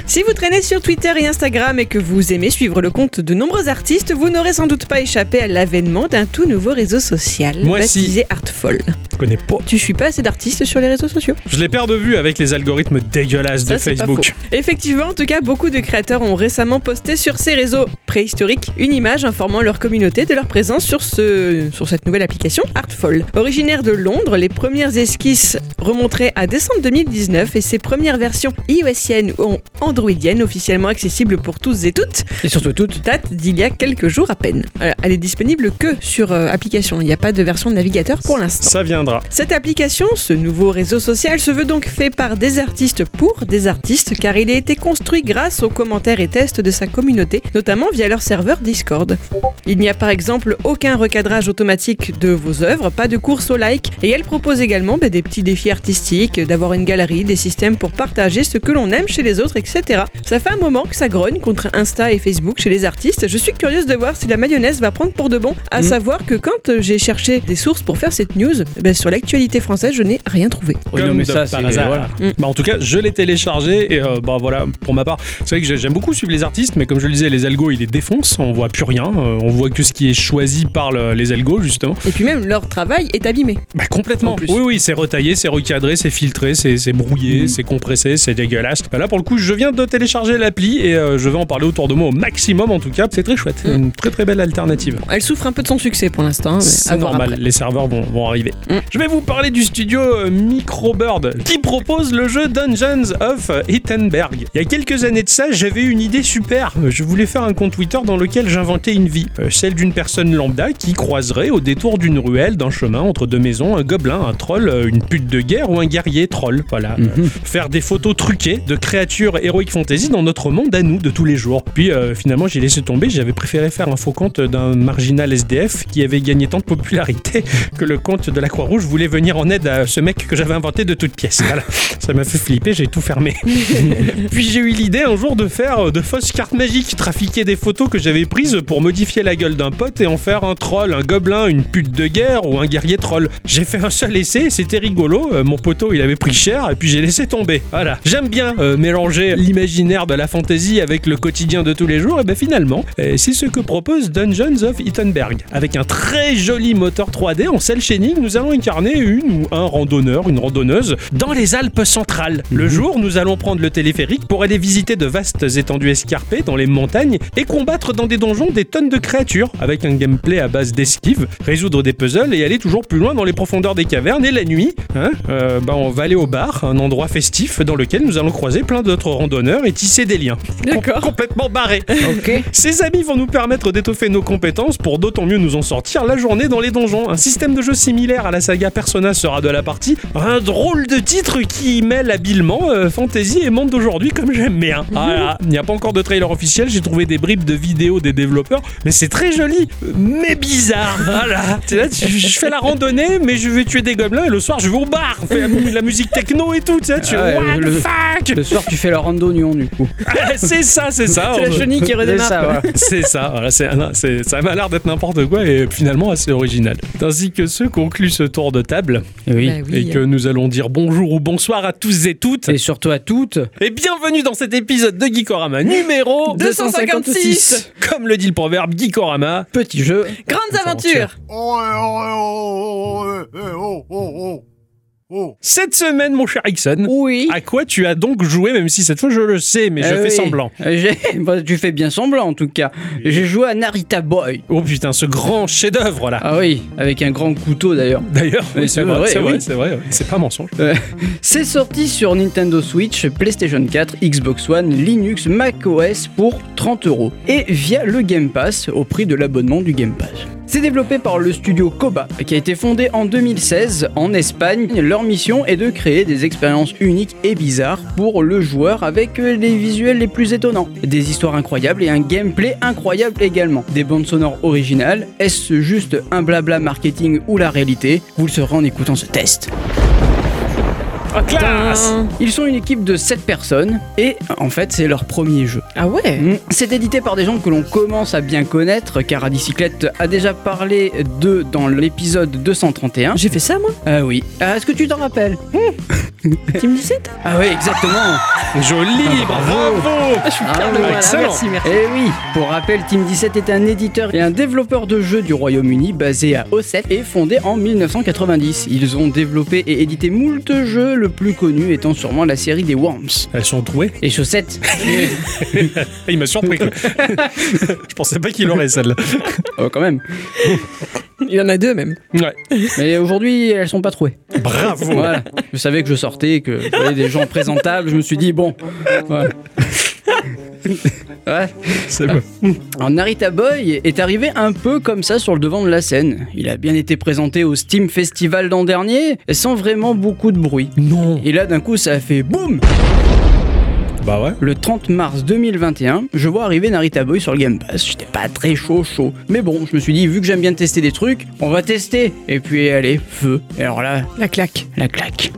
C: Si vous traînez sur Twitter et Instagram et que vous aimez suivre le compte de nombreux artistes, vous n'aurez sans doute pas échappé à l'avènement d'un tout nouveau réseau social
B: Moi, si.
C: baptisé Artful.
B: Je connais pas.
C: Tu suis pas assez d'artistes sur les réseaux sociaux
B: Je les perds de vue avec les algorithmes dégueulasses de
C: Ça, c'est pas
B: Facebook.
C: faux. Effectivement, en tout cas, beaucoup de créateurs ont récemment posté sur ces réseaux préhistoriques une image informant leur communauté de leur présence sur, ce, sur cette nouvelle application Artful. Originaire de Londres, les premières esquisses remonteraient à décembre 2019 et ses premières versions iOSiennes ou androidiennes officiellement accessibles pour tous et toutes
D: et surtout toutes.
C: datent d'il y a quelques jours à peine. Euh, Elle est disponible que sur euh, application, il n'y a pas de version de navigateur pour l'instant.
B: Ça viendra.
C: Cette application, ce nouveau réseau social, se veut donc fait par des artistes pour des artistes, car il a été construit grâce aux commentaires et tests de sa communauté, notamment via leur serveur Discord. Il n'y a par exemple aucun recadrage automatique de vos œuvres, pas de course au like, et elle propose également bah, des petits défis artistiques, d'avoir une galerie, des systèmes pour partager ce que l'on aime chez les autres, etc. Ça fait un moment que ça grogne contre Insta et Facebook chez les artistes. Je suis curieuse de voir si la mayonnaise va prendre pour de bon, à
D: Mm.
C: savoir que quand euh, j'ai cherché des sources pour faire cette news, eh ben, sur l'actualité française, je n'ai rien trouvé.
D: Oui, non,
B: Comme
D: mais
B: de
D: ça,
B: par
D: c'est-
B: hasard.
D: voilà.
C: Mm.
B: Bah, en tout cas, je l'ai téléchargé et euh, bah voilà, pour ma part, c'est vrai que j'ai- j'aime beaucoup suivre les artistes, mais comme je le disais, les algos, ils les défoncent, on voit plus rien, euh, on voit que ce qui est choisi par le- les algos justement.
C: Et puis même, leur travail est abîmé.
B: Bah complètement.
D: En
B: Oui
D: plus.
B: oui, c'est retaillé, c'est recadré, c'est filtré, c'est c'est brouillé,
D: Mhm.
B: c'est compressé, c'est dégueulasse. Bah là pour le coup, je viens de télécharger l'appli et euh, je vais en parler autour de moi au maximum en tout cas, c'est très chouette,
C: Mm.
B: une très très belle alternative.
C: Elle souffre un peu de son succès pour l'instant, hein, mais à
B: C'est
C: voir
B: normal,
C: après.
B: les serveurs vont, vont arriver.
C: Mm.
B: Je vais vous parler du studio euh, Microbird qui propose le jeu Dungeons of Hittenberg. Il y a quelques années de ça, j'avais eu une idée super. Je voulais faire un compte Twitter dans lequel j'inventais une vie. Euh, Celle d'une personne lambda qui croiserait au détour d'une ruelle, d'un chemin, entre deux maisons, un gobelin, un troll, euh, une pute de guerre ou un guerrier troll. Voilà.
C: Mm.
D: Mhm.
B: Faire des photos truquées de créatures héroïques fantasy dans notre monde à nous de tous les jours. Puis euh, finalement, j'ai laissé tomber, j'avais préféré faire un faux compte d'un marginal SDF qui avait gagné tant de popularité que le compte de la Croix-Rouge voulait venir en aide à ce mec que j'avais inventé de toutes pièces. Voilà. Ça m'a fait flipper, j'ai tout fermé. Puis j'ai eu l'idée un jour de faire euh, de fausses cartes magiques, trafiquer des photos que j'avais prises pour modifier la gueule d'un pote et en faire un troll, un gobelin, une pute de guerre ou un guerrier troll. J'ai fait un seul essai, c'était rigolo, euh, mon poteau il avait pris cher et puis j'ai laissé tomber. Voilà. J'aime bien euh, mélanger l'imaginaire de la fantaisie avec le quotidien de tous les jours et ben finalement, euh, c'est ce que propose Dungeons of Hittenberg. Avec un très joli moteur 3D en cel shading, nous allons incarner une ou un randonneur, une randonneuse dans les Alpes centrales. Le jour, nous allons prendre le téléphérique pour aller visiter de vastes étendues escarpées dans les montagnes et combattre dans des donjons des tonnes de créatures avec un gameplay à base d'esquive, résoudre des puzzles et aller toujours plus loin dans les profondeurs des cavernes. Et la nuit, hein, euh, bah, on va aller au bar, un endroit festif dans lequel nous allons croiser plein d'autres randonneurs et tisser des liens.
C: D'accord.
B: Com- complètement barré.
D: Ok.
B: Ces amis vont nous permettre d'étoffer nos compétences pour d'autant mieux nous en sortir la journée dans les donjons. Un système de jeu similaire à la saga Persona sera de la partie. Un drôle de titre qui mêle habilement euh, fantasy et monde d'aujourd'hui comme j'aime bien. Ah là,
D: Mhm.
B: il n'y a pas encore de trailer officiel, j'ai trouvé des bribes de vidéos des développeurs, mais c'est très joli, mais bizarre. Voilà. C'est là, tu- je fais la randonnée, mais je vais tuer des gobelins et le soir je vais au bar, on fait la, la musique techno et tout, tu sais, tu
D: Ah ouais,
B: What the
D: le-
B: fuck
D: Le soir, tu fais la rando oignon du coup.
B: C'est ça, c'est ça.
C: C'est la
B: On-
C: chenille qui
D: C'est
C: redémarre.
D: ça,
C: quoi.
D: voilà.
B: c'est ça, voilà, c'est, un- c'est- ça m'a l'air d'être n'importe quoi et finalement assez original. Ainsi que ce conclut ce tour de table
D: Eh Oui.
C: Bah oui,
B: et que nous allons dire bonjour ou bonsoir à tous et toutes
D: Et surtout à toutes.
B: et bienvenue dans cet épisode de Geekorama numéro
C: 256.
B: Comme le dit le proverbe, Geekorama,
D: Petit jeu.
C: Grandes aventures
E: Oh, oh, oh, oh, oh, oh, oh, oh,
B: Cette semaine, mon cher Ixon,
C: Oui.
B: à quoi tu as donc joué, même si cette fois je le sais, mais Ah, je
D: Euh,
B: fais
D: oui.
B: semblant.
D: Euh, j'ai- bah, tu fais bien semblant en tout cas. J'ai joué à Narita Boy.
B: Oh putain, ce grand chef-d'œuvre là.
D: Ah oui, avec un grand couteau d'ailleurs.
B: D'ailleurs,
D: Mais
B: oui, c'est
D: c'est
B: vrai,
D: vrai,
B: c'est vrai,
D: oui.
B: c'est vrai, ouais. c'est pas mensonge.
D: C'est sorti sur Nintendo Switch, PlayStation 4, Xbox One, Linux, macOS pour 30 euros et via le Game Pass au prix de l'abonnement du Game Pass. C'est développé par le studio Koba qui a été fondé en 2016 en Espagne. Leur mission est de créer des expériences uniques et bizarres pour le joueur avec les visuels les plus étonnants, des histoires incroyables et un gameplay incroyable également. Des bandes sonores originales, est-ce juste un blabla marketing ou la réalité Vous le saurez en écoutant ce test.
B: Ah, classe
D: Ils sont une équipe de 7 personnes et en fait c'est leur premier jeu.
C: Ah ouais
D: Mm. C'est édité par des gens que l'on commence à bien connaître car Adicyclette a déjà parlé d'eux dans l'épisode 231.
C: J'ai fait ça moi
D: Ah oui. Ah, Est-ce que tu t'en rappelles
C: Tu me disais toi
D: Ah oui exactement
B: Joli, bravo,
C: Je suis fière
D: Ah,
C: de moi, là.
B: excellent.
C: Merci, merci.
D: Eh oui, pour rappel, Team 17 est un éditeur et un développeur de jeux du Royaume-Uni basé à Osset et fondé en 1990. Ils ont développé et édité moult jeux, le plus connu étant sûrement la série des Worms.
B: Elles sont douées.
D: Les chaussettes
B: Il m'a surpris. quoi. je pensais pas qu'il aurait celle-là.
D: Oh quand même
C: Il y en a deux même.
B: Ouais.
D: Mais aujourd'hui, elles sont pas trouées.
B: Bravo.
D: Voilà. Je savais que je sortais, et que j'avais des gens présentables. Je me suis dit, bon. voilà. Ouais.
B: C'est bon.
D: Alors, Narita Boy est arrivé un peu comme ça sur le devant de la scène. Il a bien été présenté au Steam Festival l'an dernier, sans vraiment beaucoup de bruit.
B: Non.
D: Et là, d'un coup, ça a fait boum
B: Bah ouais.
D: Le 30 mars 2021, je vois arriver Narita Boy sur le Game Pass. J'étais pas très chaud, chaud. Mais bon, je me suis dit, vu que j'aime bien tester des trucs, on va tester. Et puis, allez, feu. Et alors là,
C: La claque.
D: la claque.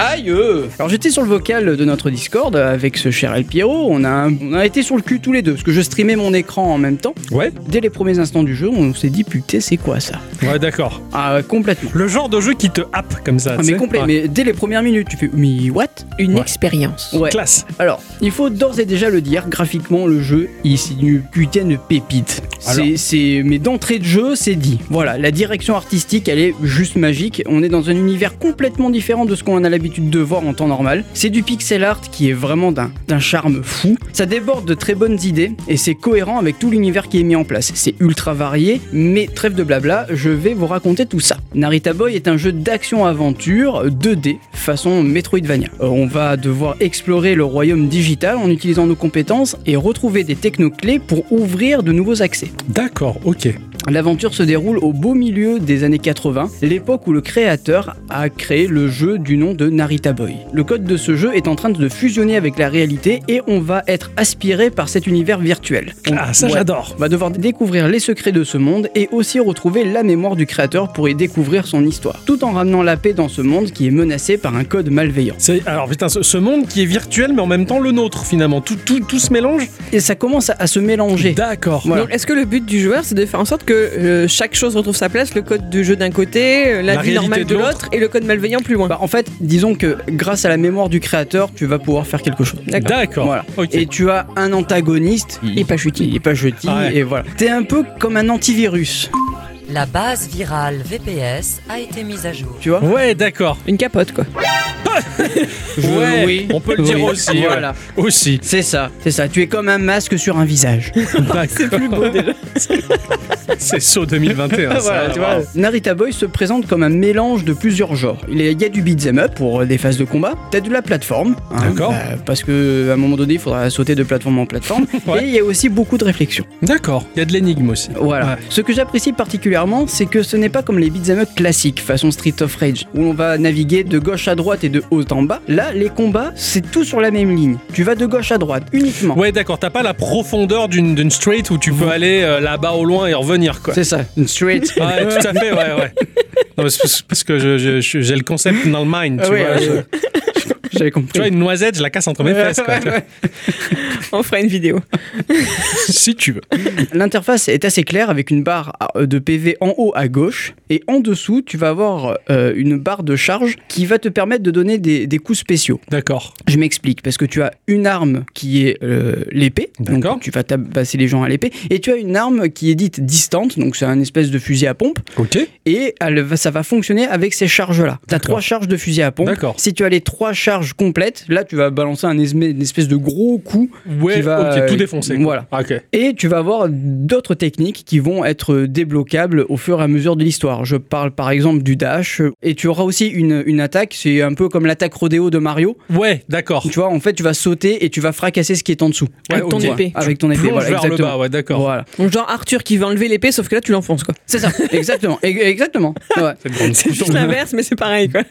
D: Aïe euh. Alors j'étais sur le vocal de notre Discord avec ce cher El Piero, on a, on a été sur le cul tous les deux, parce que je streamais mon écran en même temps.
B: Ouais.
D: Dès les premiers instants du jeu, on s'est dit putain c'est quoi ça
B: Ouais, d'accord.
D: Ah ouais, complètement.
B: Le genre de jeu qui te happe comme ça.
D: Ah,
B: tu
D: mais
B: sais.
D: complet,
B: Ouais.
D: mais dès les premières minutes, tu fais mais what
C: Une
B: Ouais.
C: expérience.
D: Ouais.
B: Classe.
D: Alors, il faut d'ores et déjà le dire, graphiquement le jeu, il c'est une putain de pépite.
B: Alors.
D: C'est, c'est, mais d'entrée de jeu, c'est dit. Voilà, la direction artistique, elle est juste magique. On est dans un univers complètement différent de ce qu'on a l'habitude de voir en temps normal. C'est du pixel art qui est vraiment d'un, d'un charme fou. Ça déborde de très bonnes idées et c'est cohérent avec tout l'univers qui est mis en place. C'est ultra varié, mais trêve de blabla, je vais vous raconter tout ça. Narita Boy est un jeu d'action-aventure 2D façon Metroidvania. Euh, On va devoir explorer le royaume digital en utilisant nos compétences et retrouver des technoclés pour ouvrir de nouveaux accès.
B: D'accord. Ok.
D: L'aventure se déroule au beau milieu des années 80, l'époque où le créateur a créé le jeu du nom de Narita Boy. Le code de ce jeu est en train de fusionner avec la réalité et on va être aspiré par cet univers virtuel. On-
B: Ah, ça
D: Ouais.
B: j'adore.
D: va devoir découvrir les secrets de ce monde et aussi retrouver la mémoire du créateur pour y découvrir son histoire, tout en ramenant la paix dans ce monde qui est menacé par un code malveillant.
B: C'est- Alors putain, ce, ce monde qui est virtuel mais en même temps le nôtre finalement, tout, tout, tout se mélange.
D: Et ça commence à, à se mélanger.
B: D'accord.
D: Voilà.
C: Donc, est-ce que le but du joueur, c'est de faire en sorte que euh, chaque chose retrouve sa place, le code du jeu d'un côté, euh, la,
B: La
C: vie
B: réalité
C: normale
B: de
C: de
B: l'autre.
C: l'autre et le code malveillant plus loin
D: Bah, en fait, disons que grâce à la mémoire du créateur, tu vas pouvoir faire quelque chose.
B: D'accord.
D: Voilà.
B: Ok.
D: Et tu as un antagoniste.
B: Il est
D: pas chutis. Il est pas chutis.
B: Ah ouais.
D: Et voilà. T'es un peu comme un antivirus,
E: La base virale VPS a été mise à jour.
D: tu vois
B: Ouais, d'accord.
C: Une capote, quoi.
D: Je-
B: Ouais, on peut le dire
D: Oui.
B: aussi, ouais.
D: Voilà.
B: Aussi.
D: C'est ça. C'est ça. Tu es comme un masque sur un visage.
B: C'est plus beau déjà. C'est saut 2021. Ah, ça.
D: Voilà, tu vois. Narita Boy se présente comme un mélange de plusieurs genres. Il y a- il y a du beat'em up pour euh, des phases de combat, t'as de la plateforme, hein,
B: D'accord.
D: bah, parce que à un moment donné, il faudra sauter de plateforme en plateforme,
B: Ouais.
D: et il y a aussi beaucoup de réflexion.
B: D'accord. Il y a de l'énigme aussi.
D: Voilà.
B: Ouais.
D: Ce que j'apprécie particulièrement, c'est que ce n'est pas comme les beat'em up classiques, façon Street of Rage, où on va naviguer de gauche à droite et de haut en bas. Là, les combats, c'est tout sur la même ligne. Tu vas de gauche à droite uniquement.
B: Ouais, d'accord. T'as pas la profondeur d'une d'une straight où tu peux aller euh, là-bas au loin et revenir quoi. Ah,
D: C'est ça, une straight.
B: Ouais, tout à fait. Ouais, ouais. Non, mais c'est parce- parce que je- je- je- j'ai le concept dans le mind. Tu
D: Ah ouais,
B: vois,
D: ouais,
B: je-
D: ouais.
B: je-
D: J'avais
B: Tu
D: compris.
B: vois, une noisette, je la casse entre mes fesses. quoi, tu vois.
C: On fera une vidéo.
B: si tu veux.
D: L'interface est assez claire avec une barre à- euh, de PV en haut à gauche et en dessous tu vas avoir euh, une barre de charge qui va te permettre de donner des, des coups spéciaux.
B: D'accord.
D: Je m'explique parce que tu as une arme qui est euh, l'épée, donc
B: D'accord.
D: tu vas tabasser les gens à l'épée et tu as une arme qui est dite distante, donc c'est un espèce de fusil à pompe
B: Ok.
D: et elle va- ça va fonctionner avec ces charges là. Tu as
B: D'accord.
D: trois charges de fusil à pompe.
B: D'accord.
D: Si tu as les trois charges complètes, là tu vas balancer un esme- une espèce de gros coup
B: Ouais,
D: Qui va,
B: ok, tout
D: euh,
B: défoncé.
D: voilà.
B: Ah, Ok.
D: Et tu vas avoir d'autres techniques qui vont être débloquables au fur et à mesure de l'histoire. Je parle par exemple du dash. Et tu auras aussi une, une attaque, c'est un peu comme l'attaque rodéo de Mario.
B: Ouais, d'accord.
D: Tu vois, en fait, tu vas sauter et tu vas fracasser ce qui est en dessous.
B: Ouais,
C: Avec ton
B: ok.
C: épée.
D: Avec ton
B: Plonge
D: épée, voilà,
B: vers le
D: exactement.
B: bas, ouais, d'accord.
D: Voilà.
C: Donc genre Arthur qui va enlever l'épée, sauf que là tu l'enfonces quoi.
D: C'est ça, exactement. E- exactement. Ouais.
B: Cette grande
C: C'est juste
B: sculpture.
C: l'inverse, mais c'est pareil quoi.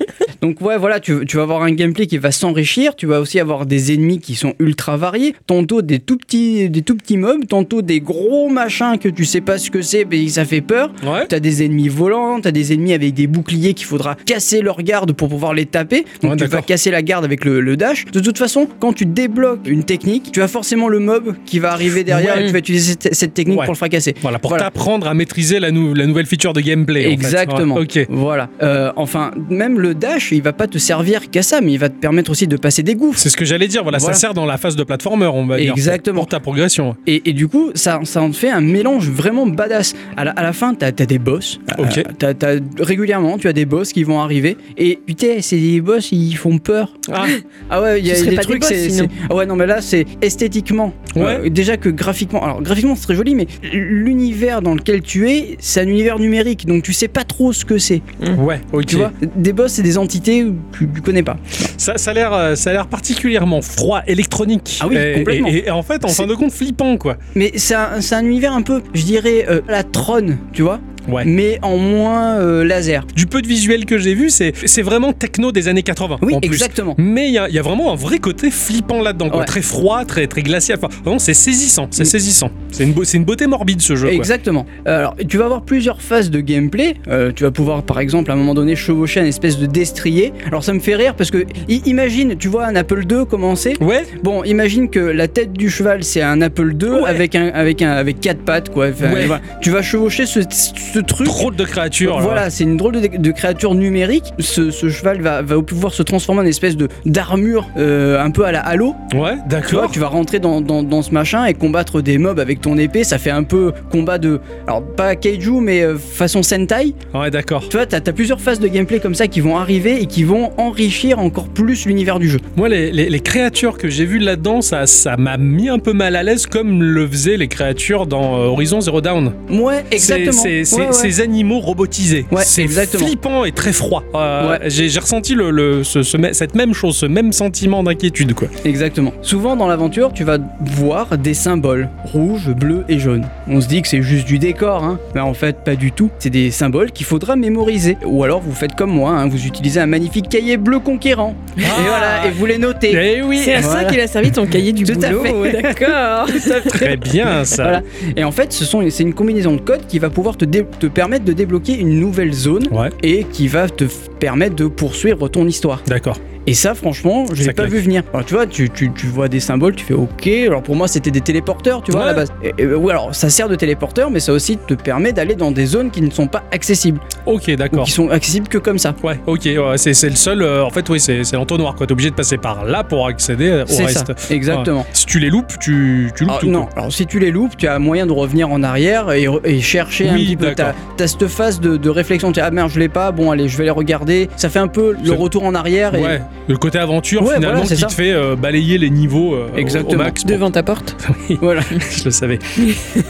D: Donc ouais, voilà, tu, tu vas avoir un gameplay qui va s'enrichir, tu vas aussi avoir des ennemis qui sont ultra variés, tantôt des tout petits, des tout petits mobs, tantôt des gros machins que tu sais pas ce que c'est, mais ça fait peur.
B: Ouais.
D: T'as des ennemis volants, t'as des ennemis avec des boucliers qu'il faudra casser leur garde pour pouvoir les taper. Donc
B: Ouais,
D: tu vas
B: d'accord.
D: casser la garde avec le, le dash. De toute façon, quand tu débloques une technique, tu as forcément le mob qui va arriver derrière
B: Ouais.
D: et tu vas utiliser cette, cette technique
B: Ouais.
D: pour le fracasser.
B: Voilà, pour
D: Voilà.
B: t'apprendre à maîtriser la, nou- la nouvelle feature de gameplay. en fait.
D: Exactement.
B: Ouais, Ok.
D: Voilà. Euh, enfin, même le dash, il va pas te servir qu'à ça, mais il va te permettre aussi de passer des gouffres.
B: C'est ce que j'allais dire. Voilà,
D: Voilà.
B: ça sert dans la phase de platformer, on va dire.
D: Exactement.
B: Pour ta progression.
D: Et, et du coup, ça, ça en fait un mélange vraiment badass. À la, à la fin, t'as as des boss.
B: Ok.
D: Euh, t'as- t'as- régulièrement, tu as des boss qui vont arriver. Et putain, c'est des boss, ils font peur.
B: Ah,
D: Ah ouais, il y a
C: Ce serait
D: des
C: pas des
D: trucs,
C: boss,
D: c'est.
C: sinon.
D: c'est- Ah ouais, non, mais là, c'est esthétiquement.
B: Ouais.
D: Euh, déjà que graphiquement. Alors, graphiquement, c'est très joli, mais l'univers dans lequel tu es, c'est un univers numérique. Donc, tu sais pas trop ce que c'est.
B: ouais, ok.
D: Tu vois Des boss, c'est des entités que tu, tu connais pas.
B: Ça, ça a l'air, euh, ça a l'air particulièrement froid, électronique.
D: Ah oui,
B: et,
D: complètement.
B: Et, et en fait, en
D: C'est-
B: fin de compte, flippant, quoi.
D: Mais c'est un, c'est un univers un peu, je dirais, euh, la trône, tu vois
B: Ouais.
D: Mais en moins euh, laser.
B: Du peu de visuel que j'ai vu, c'est, c'est vraiment techno des années 80.
D: Oui,
B: en plus.
D: exactement.
B: Mais il y, a- il y a vraiment un vrai côté flippant là-dedans, quoi.
D: Ouais.
B: Très froid, très, très glacial. Enfin, vraiment, c'est saisissant, c'est
D: Mm.
B: saisissant. C'est une, beau- c'est une beauté morbide ce jeu. quoi.
D: Exactement. Euh, Alors, tu vas avoir plusieurs phases de gameplay. Euh, tu vas pouvoir, par exemple, à un moment donné, chevaucher un espèce de destrier. Alors, ça me fait rire parce que, i- imagine, tu vois un Apple II commencer.
B: Ouais,
D: Bon, imagine que la tête du cheval, c'est un Apple II
B: Ouais.
D: avec, un, avec, un, avec quatre pattes, quoi. Enfin,
B: Ouais.
D: voilà. Tu vas chevaucher ce, ce truc.
B: drôle de créature. là.
D: Voilà, c'est une drôle de, de créature numérique. Ce, ce cheval va, va pouvoir se transformer en espèce de d'armure euh, un peu à la Halo.
B: Ouais,
D: Tu vois,
B: d'accord.
D: tu vas rentrer dans, dans- dans ce machin et combattre des mobs avec ton épée. Ça fait un peu combat de. Alors, pas kaiju, mais euh, façon Sentai.
B: Ouais, d'accord.
D: Tu vois, t'as as plusieurs phases de gameplay comme ça qui vont arriver et qui vont enrichir encore plus l'univers du jeu.
B: Moi, les, les- les créatures que j'ai vues là-dedans, ça ça m'a mis un peu mal à l'aise comme le faisaient les créatures dans euh, Horizon Zero Dawn.
D: Ouais, exactement.
B: C'est- c'est-
D: Ouais,
B: c'est-
D: ouais.
B: Ces animaux robotisés.
D: Ouais,
B: c'est
D: exactement.
B: flippant et très froid. Euh,
D: Ouais.
B: J'ai j'ai ressenti le, le- ce- ce mê- cette même chose, ce même sentiment d'inquiétude. quoi.
D: Exactement. Souvent dans l'aventure, tu vas voir des symboles rouge, bleu et jaune. On se dit que c'est juste du décor, hein. Mais en fait, pas du tout. C'est des symboles qu'il faudra mémoriser. Ou alors vous faites comme moi, hein, vous utilisez un magnifique cahier bleu conquérant.
B: Ah.
D: Et voilà, et vous les notez.
B: Eh oui,
C: C'est à
D: Voilà.
C: ça qu'il a servi ton cahier du
D: Tout à
C: boulot.
D: fait.
C: oh, D'accord.
B: très bien ça.
D: Voilà. Et en fait, ce sont- c'est une combinaison de codes qui va pouvoir te, dé- te permettre de débloquer une nouvelle zone
B: Ouais,
D: et qui va te f- permettre de poursuivre ton histoire.
B: d'accord.
D: Et ça, franchement, je
B: Ça
D: l'ai pas
B: claque.
D: vu venir. Alors, tu vois, tu, tu- tu vois des symboles, tu fais OK. Alors pour moi, c'était des téléporteurs, tu vois, à la
B: Ouais.
D: base. Et- et- ou alors, ça sert de téléporteur, mais ça aussi te permet d'aller dans des zones qui ne sont pas accessibles,
B: Ok,
D: ou
B: d'accord.
D: qui sont accessibles que comme ça.
B: Ouais, ok, ouais, c'est c'est le seul. euh, en fait, oui, c'est c'est l'entonnoir. quoi. T'es obligé de passer par là pour accéder au
D: C'est ça,
B: reste.
D: exactement.
B: Si tu les loupes, tu, tu loupes
D: Alors,
B: tout.
D: Ah, non,
B: quoi.
D: alors si tu les loupes, tu as moyen de revenir en arrière et, re- et chercher un
B: Oui,
D: petit peu. T'as
B: d'accord.
D: t'as cette phase de, de réflexion, tu dis, ah merde, je l'ai pas, bon allez, je vais les regarder. Ça fait un peu le
B: C'est-
D: retour en arrière. Et...
B: Ouais, le côté aventure
D: Ouais,
B: finalement
D: voilà, c'est
B: qui
D: ça.
B: te fait euh, balayer les niveaux euh, au- au
D: Exactement.
B: max.
C: Devant ta porte.
D: Voilà.
B: Je le savais.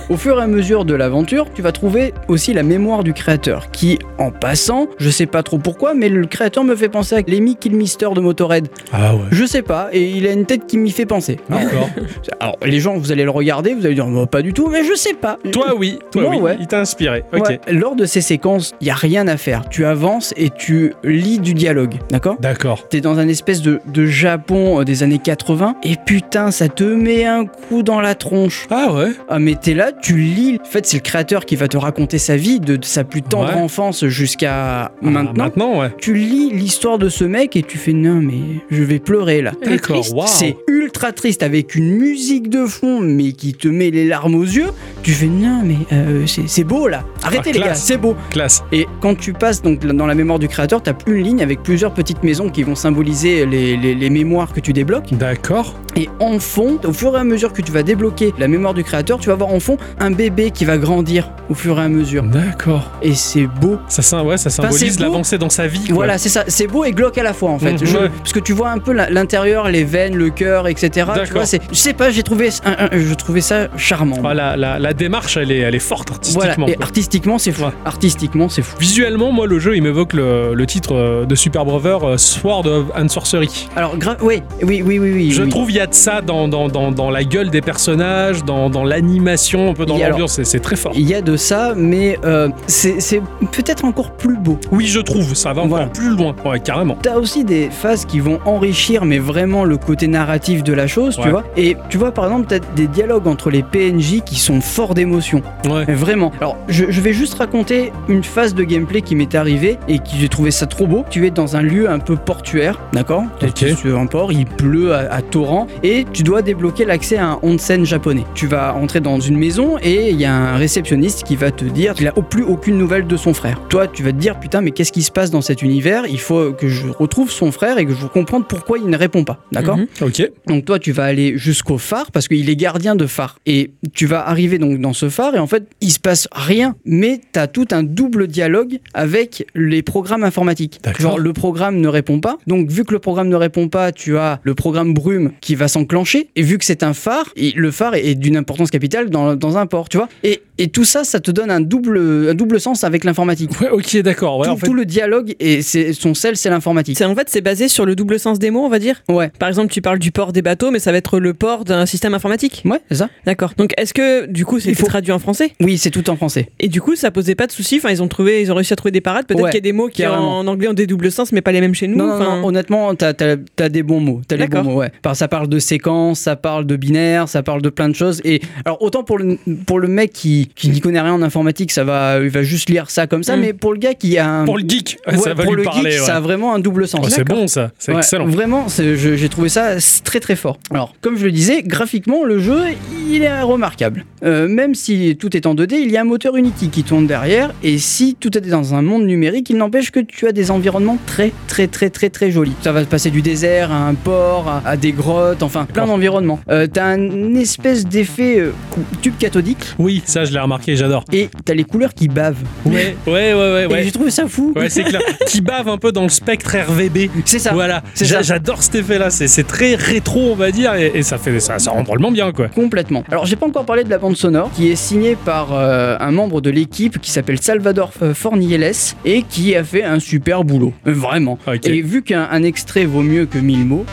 D: Au fur et à mesure de l'aventure, tu vas trouver aussi la mémoire du créateur qui, en passant, je sais pas trop pourquoi, mais le créateur me fait penser à Lemmy Kilmister de Motorhead.
B: Ah ouais.
D: Je sais pas, et il a une tête qui m'y fait penser.
B: D'accord.
D: Alors, les gens, vous allez le regarder, vous allez dire, Bah, pas du tout, mais je sais pas.
B: Toi oui, toi
D: Moi,
B: oui,
D: ouais.
B: il t'a inspiré. Ok.
D: Ouais, lors de ces séquences, il y a rien à faire. Tu avances et tu lis du dialogue, d'accord
B: D'accord.
D: T'es dans dans un espèce de, de Japon euh, des années 80. Et putain, ça te met un coup dans la tronche.
B: Ah ouais
D: Ah mais t'es là, tu lis. En fait, c'est le créateur qui va te raconter sa vie de, de sa plus tendre
B: Ouais.
D: enfance jusqu'à
B: Ah,
D: maintenant.
B: Maintenant, ouais.
D: Tu lis l'histoire de ce mec et tu fais non mais je vais pleurer là.
C: Elle est
B: D'accord,
C: triste.
B: waouh.
D: C'est ultra triste avec une musique de fond mais qui te met les larmes aux yeux. Tu fais non mais euh, c'est c'est beau là. Arrêtez les gars,
B: Ah, classe.
D: c'est beau.
B: Classe.
D: Et quand tu passes donc dans la mémoire du créateur, t'as une ligne avec plusieurs petites maisons qui vont symboliser les- les- les mémoires que tu débloques.
B: D'accord.
D: Et en fond, au fur et à mesure que tu vas débloquer la mémoire du créateur, tu vas voir en fond un bébé qui va grandir au fur et à mesure.
B: D'accord.
D: Et c'est beau.
B: Ça, sym- ouais, ça
D: Enfin,
B: symbolise
D: c'est beau.
B: l'avancée dans sa vie. quoi.
D: Voilà, c'est ça. C'est beau et glauque à la fois en fait.
B: Mhm.
D: Je-
B: Ouais.
D: Parce que tu vois un peu la- l'intérieur, les veines, le cœur, etc. Tu
B: D'accord.
D: vois, c'est- je sais pas, j'ai trouvé, un- un- je trouvais ça charmant.
B: Ah, la, la- la démarche, elle est, elle est forte
D: Voilà.
B: artistiquement.
D: Et
B: quoi.
D: artistiquement, c'est fou.
B: Ouais.
D: Artistiquement, c'est fou.
B: Visuellement, moi, le jeu, il m'évoque le, le titre euh, de Super Brother, euh, Sword of- and Sorcery.
D: Alors, gra- ouais, oui, oui, oui, oui.
B: Je
D: oui.
B: trouve il y a de ça dans, dans, dans, dans la gueule des personnages, dans, dans l'animation, un peu dans
D: Et alors-
B: l'ambiance, c'est- c'est très fort.
D: Il y a de ça, mais euh, c'est c'est peut-être encore plus beau.
B: Oui, je trouve, ça va encore
D: Voilà.
B: plus loin. Ouais, carrément.
D: T'as aussi des phases qui vont enrichir, mais vraiment le côté narratif de la chose,
B: Ouais.
D: tu vois. Et tu vois, par exemple, peut-être des dialogues entre les PNJ qui sont forts d'émotion.
B: Ouais.
D: Mais Vraiment. Alors, je, je vais juste raconter une phase de gameplay qui m'est arrivée et qui j'ai trouvé ça trop beau. Tu es dans un lieu un peu portuaire, d'accord
B: Ok.
D: Tu es sur un port, il pleut à, à torrent et tu dois débloquer l'accès à un onsen japonais. Tu vas entrer dans une maison et il y a un réceptionniste qui va te dire qu'il a au plus aucune nouvelle de son frère. Toi, tu vas te dire putain, mais qu'est-ce qui se passe dans cet univers Il faut que je retrouve son frère et que je comprenne pourquoi il ne répond pas, d'accord
C: Mhm.
B: Ok.
D: donc toi, tu vas aller jusqu'au phare parce qu'il est gardien de phare. Et tu vas arriver donc dans ce phare et en fait, il se passe rien. Mais tu as tout un double dialogue avec les programmes informatiques.
B: D'accord.
D: Genre le programme ne répond pas. Donc vu que le programme ne répond pas, tu as le programme brume qui va s'enclencher. Et vu que c'est un phare, et le phare est est d'une importance capitale dans, dans un port, tu vois. Et, et tout ça, ça te donne un double, un double sens avec l'informatique.
B: Ouais, ok, d'accord. Ouais,
D: tout,
B: en fait,
D: tout le dialogue et c'est- son sel, c'est l'informatique.
C: C'est en fait c'est basé sur le double sens des mots, on va dire.
D: Ouais.
C: Par exemple, tu parles du port des bateaux, mais ça va être le port d'un système informatique.
D: Ouais, c'est ça
C: D'accord. Donc est-ce que du coup c'est
D: Il faut-
C: traduit en français
D: Oui, c'est tout en français.
C: Et du coup ça posait pas de soucis. Enfin ils ont trouvé, ils ont réussi à trouver des parades. Peut-être
D: Ouais,
C: qu'il y a des mots qui
D: carrément.
C: en anglais ont des doubles sens, mais pas les mêmes chez nous.
D: Non, non,
C: Enfin,
D: non, honnêtement, t'as as, des bons mots. T'as les bons
C: D'accord.
D: mots, ouais. Par- Ça parle de séquences, ça parle de binaire, ça parle de plein de choses. Et alors, autant pour le, pour le mec qui, qui n'y connaît rien en informatique, ça va, il va juste lire ça comme ça,
C: Mm.
D: mais pour le gars qui a un.
B: Hmm. pour le geek,
D: Ouais,
B: ça va
D: pour le
B: lui parler.
D: geek,
B: ouais.
D: ça a vraiment un double sens.
B: Oh, c'est bon, ça. C'est
D: Ouais,
B: excellent.
D: Vraiment, c'est- je- j'ai trouvé ça s- très très fort. Alors, comme je le disais, graphiquement, le jeu, il est remarquable. Euh, même si tout est en 2D, il y a un moteur Unity qui tourne derrière, et si tout est dans un monde numérique, il n'empêche que tu as des environnements très très très très très jolis. Ça va passer du désert à un port, à, à des grottes, enfin plein d'environnements. Euh, t'as un espèce d'effet euh, cou- tube cathodique,
B: Oui, ça, je l'ai remarqué, j'adore.
D: et t'as les couleurs qui bavent.
B: Ouais, ouais, ouais, ouais.
D: Et j'ai
B: ouais.
D: trouvé ça fou.
B: Ouais, c'est clair. Qui bave un peu dans le spectre RVB.
D: C'est ça.
B: Voilà,
D: c'est
B: J'a-
D: ça.
B: j'adore cet effet-là, c'est c'est très rétro, on va dire, et, et ça fait ça, ça rend drôlement bien, quoi.
D: Complètement. Alors j'ai pas encore parlé de la bande sonore qui est signée par euh, un membre de l'équipe qui s'appelle Salvador euh, Fornieles et qui a fait un super boulot. Euh, Vraiment.
B: Ah, Ok.
D: Et vu qu'un un extrait vaut mieux que mille mots,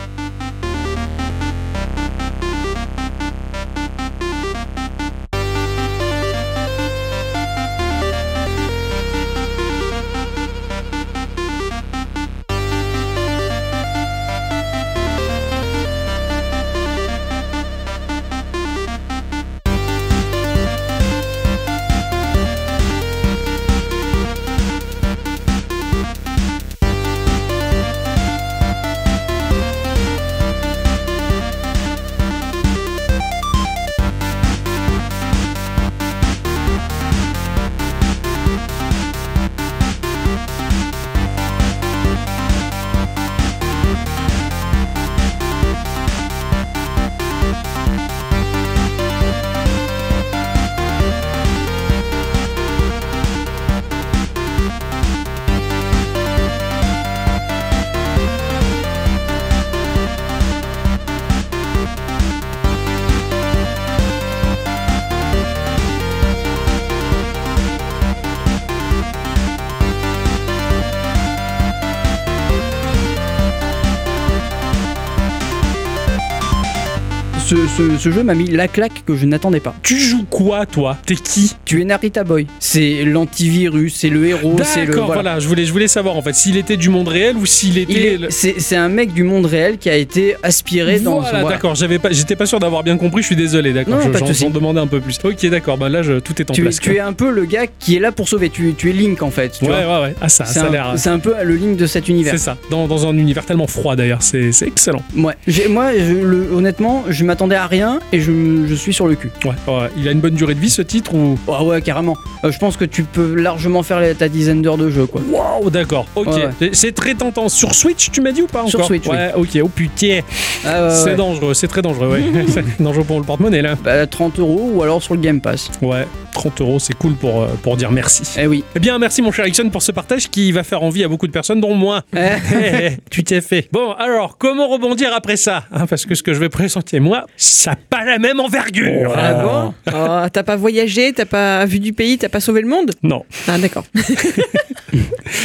D: ce, ce- ce jeu m'a mis la claque que je n'attendais pas.
B: Tu joues quoi, toi T'es qui
D: Tu es Narita Boy. C'est l'antivirus, c'est le héros, Oh, c'est
B: D'accord,
D: le.
B: voilà,
D: voilà.
B: je, voulais, je voulais savoir en fait s'il était du monde réel ou s'il
D: Il
B: était. le-
D: est- C'est c'est un mec du monde réel qui a été aspiré dans
B: Voilà,
D: son- voilà.
B: d'accord, j'avais pas, j'étais pas sûr d'avoir bien compris, je suis désolé, d'accord,
D: Non,
B: je-
D: pas de
B: j'en
D: souci.
B: j'en demandais un peu plus. Ok, d'accord, bah là je- tout est en
D: Tu, es-
B: place.
D: tu es un peu le gars qui est là pour sauver. Tu, tu es Link en fait.
B: quoi.
D: tu vois.
B: ouais, ouais, ouais, ah ça,
D: C'est
B: ça a l'air.
D: un, c'est un peu le Link de cet univers.
B: C'est ça, dans, dans un univers tellement froid d'ailleurs, c'est c'est excellent.
D: Ouais. J'ai- Moi, je- le- honnêtement, je m'attendais à rien et je, je suis sur le cul.
B: Ouais, ouais, il a une bonne durée de vie ce titre ou.
D: Ah ouais, carrément. Euh, je pense que tu peux largement faire la- ta dizaine d'heures de jeu, quoi.
B: Waouh, d'accord, ok.
D: Ouais, ouais.
B: C'est- C'est très tentant. Sur Switch, tu m'as dit ou pas encore
D: Sur Switch, oui.
B: Ouais, ok, oh putain,
D: Ah ouais,
B: c'est
D: ouais.
B: dangereux, c'est très dangereux, ouais. c'est dangereux pour le porte-monnaie là.
D: Bah, 30 euros ou alors sur le Game Pass.
B: Ouais, 30 euros, c'est cool pour, euh, pour dire merci.
D: Eh oui.
B: Eh bien, merci mon cher Ixon pour ce partage qui va faire envie à beaucoup de personnes, dont moi.
D: Eh.
B: Eh, eh, tu t'es fait. Bon, alors, comment rebondir après ça Hein, Parce que ce que je vais présenter, moi, ça n'a pas la même envergure.
D: Ah bon
C: Oh, t'as pas voyagé, t'as pas vu du pays, t'as pas sauvé le monde
B: Non.
C: Ah d'accord.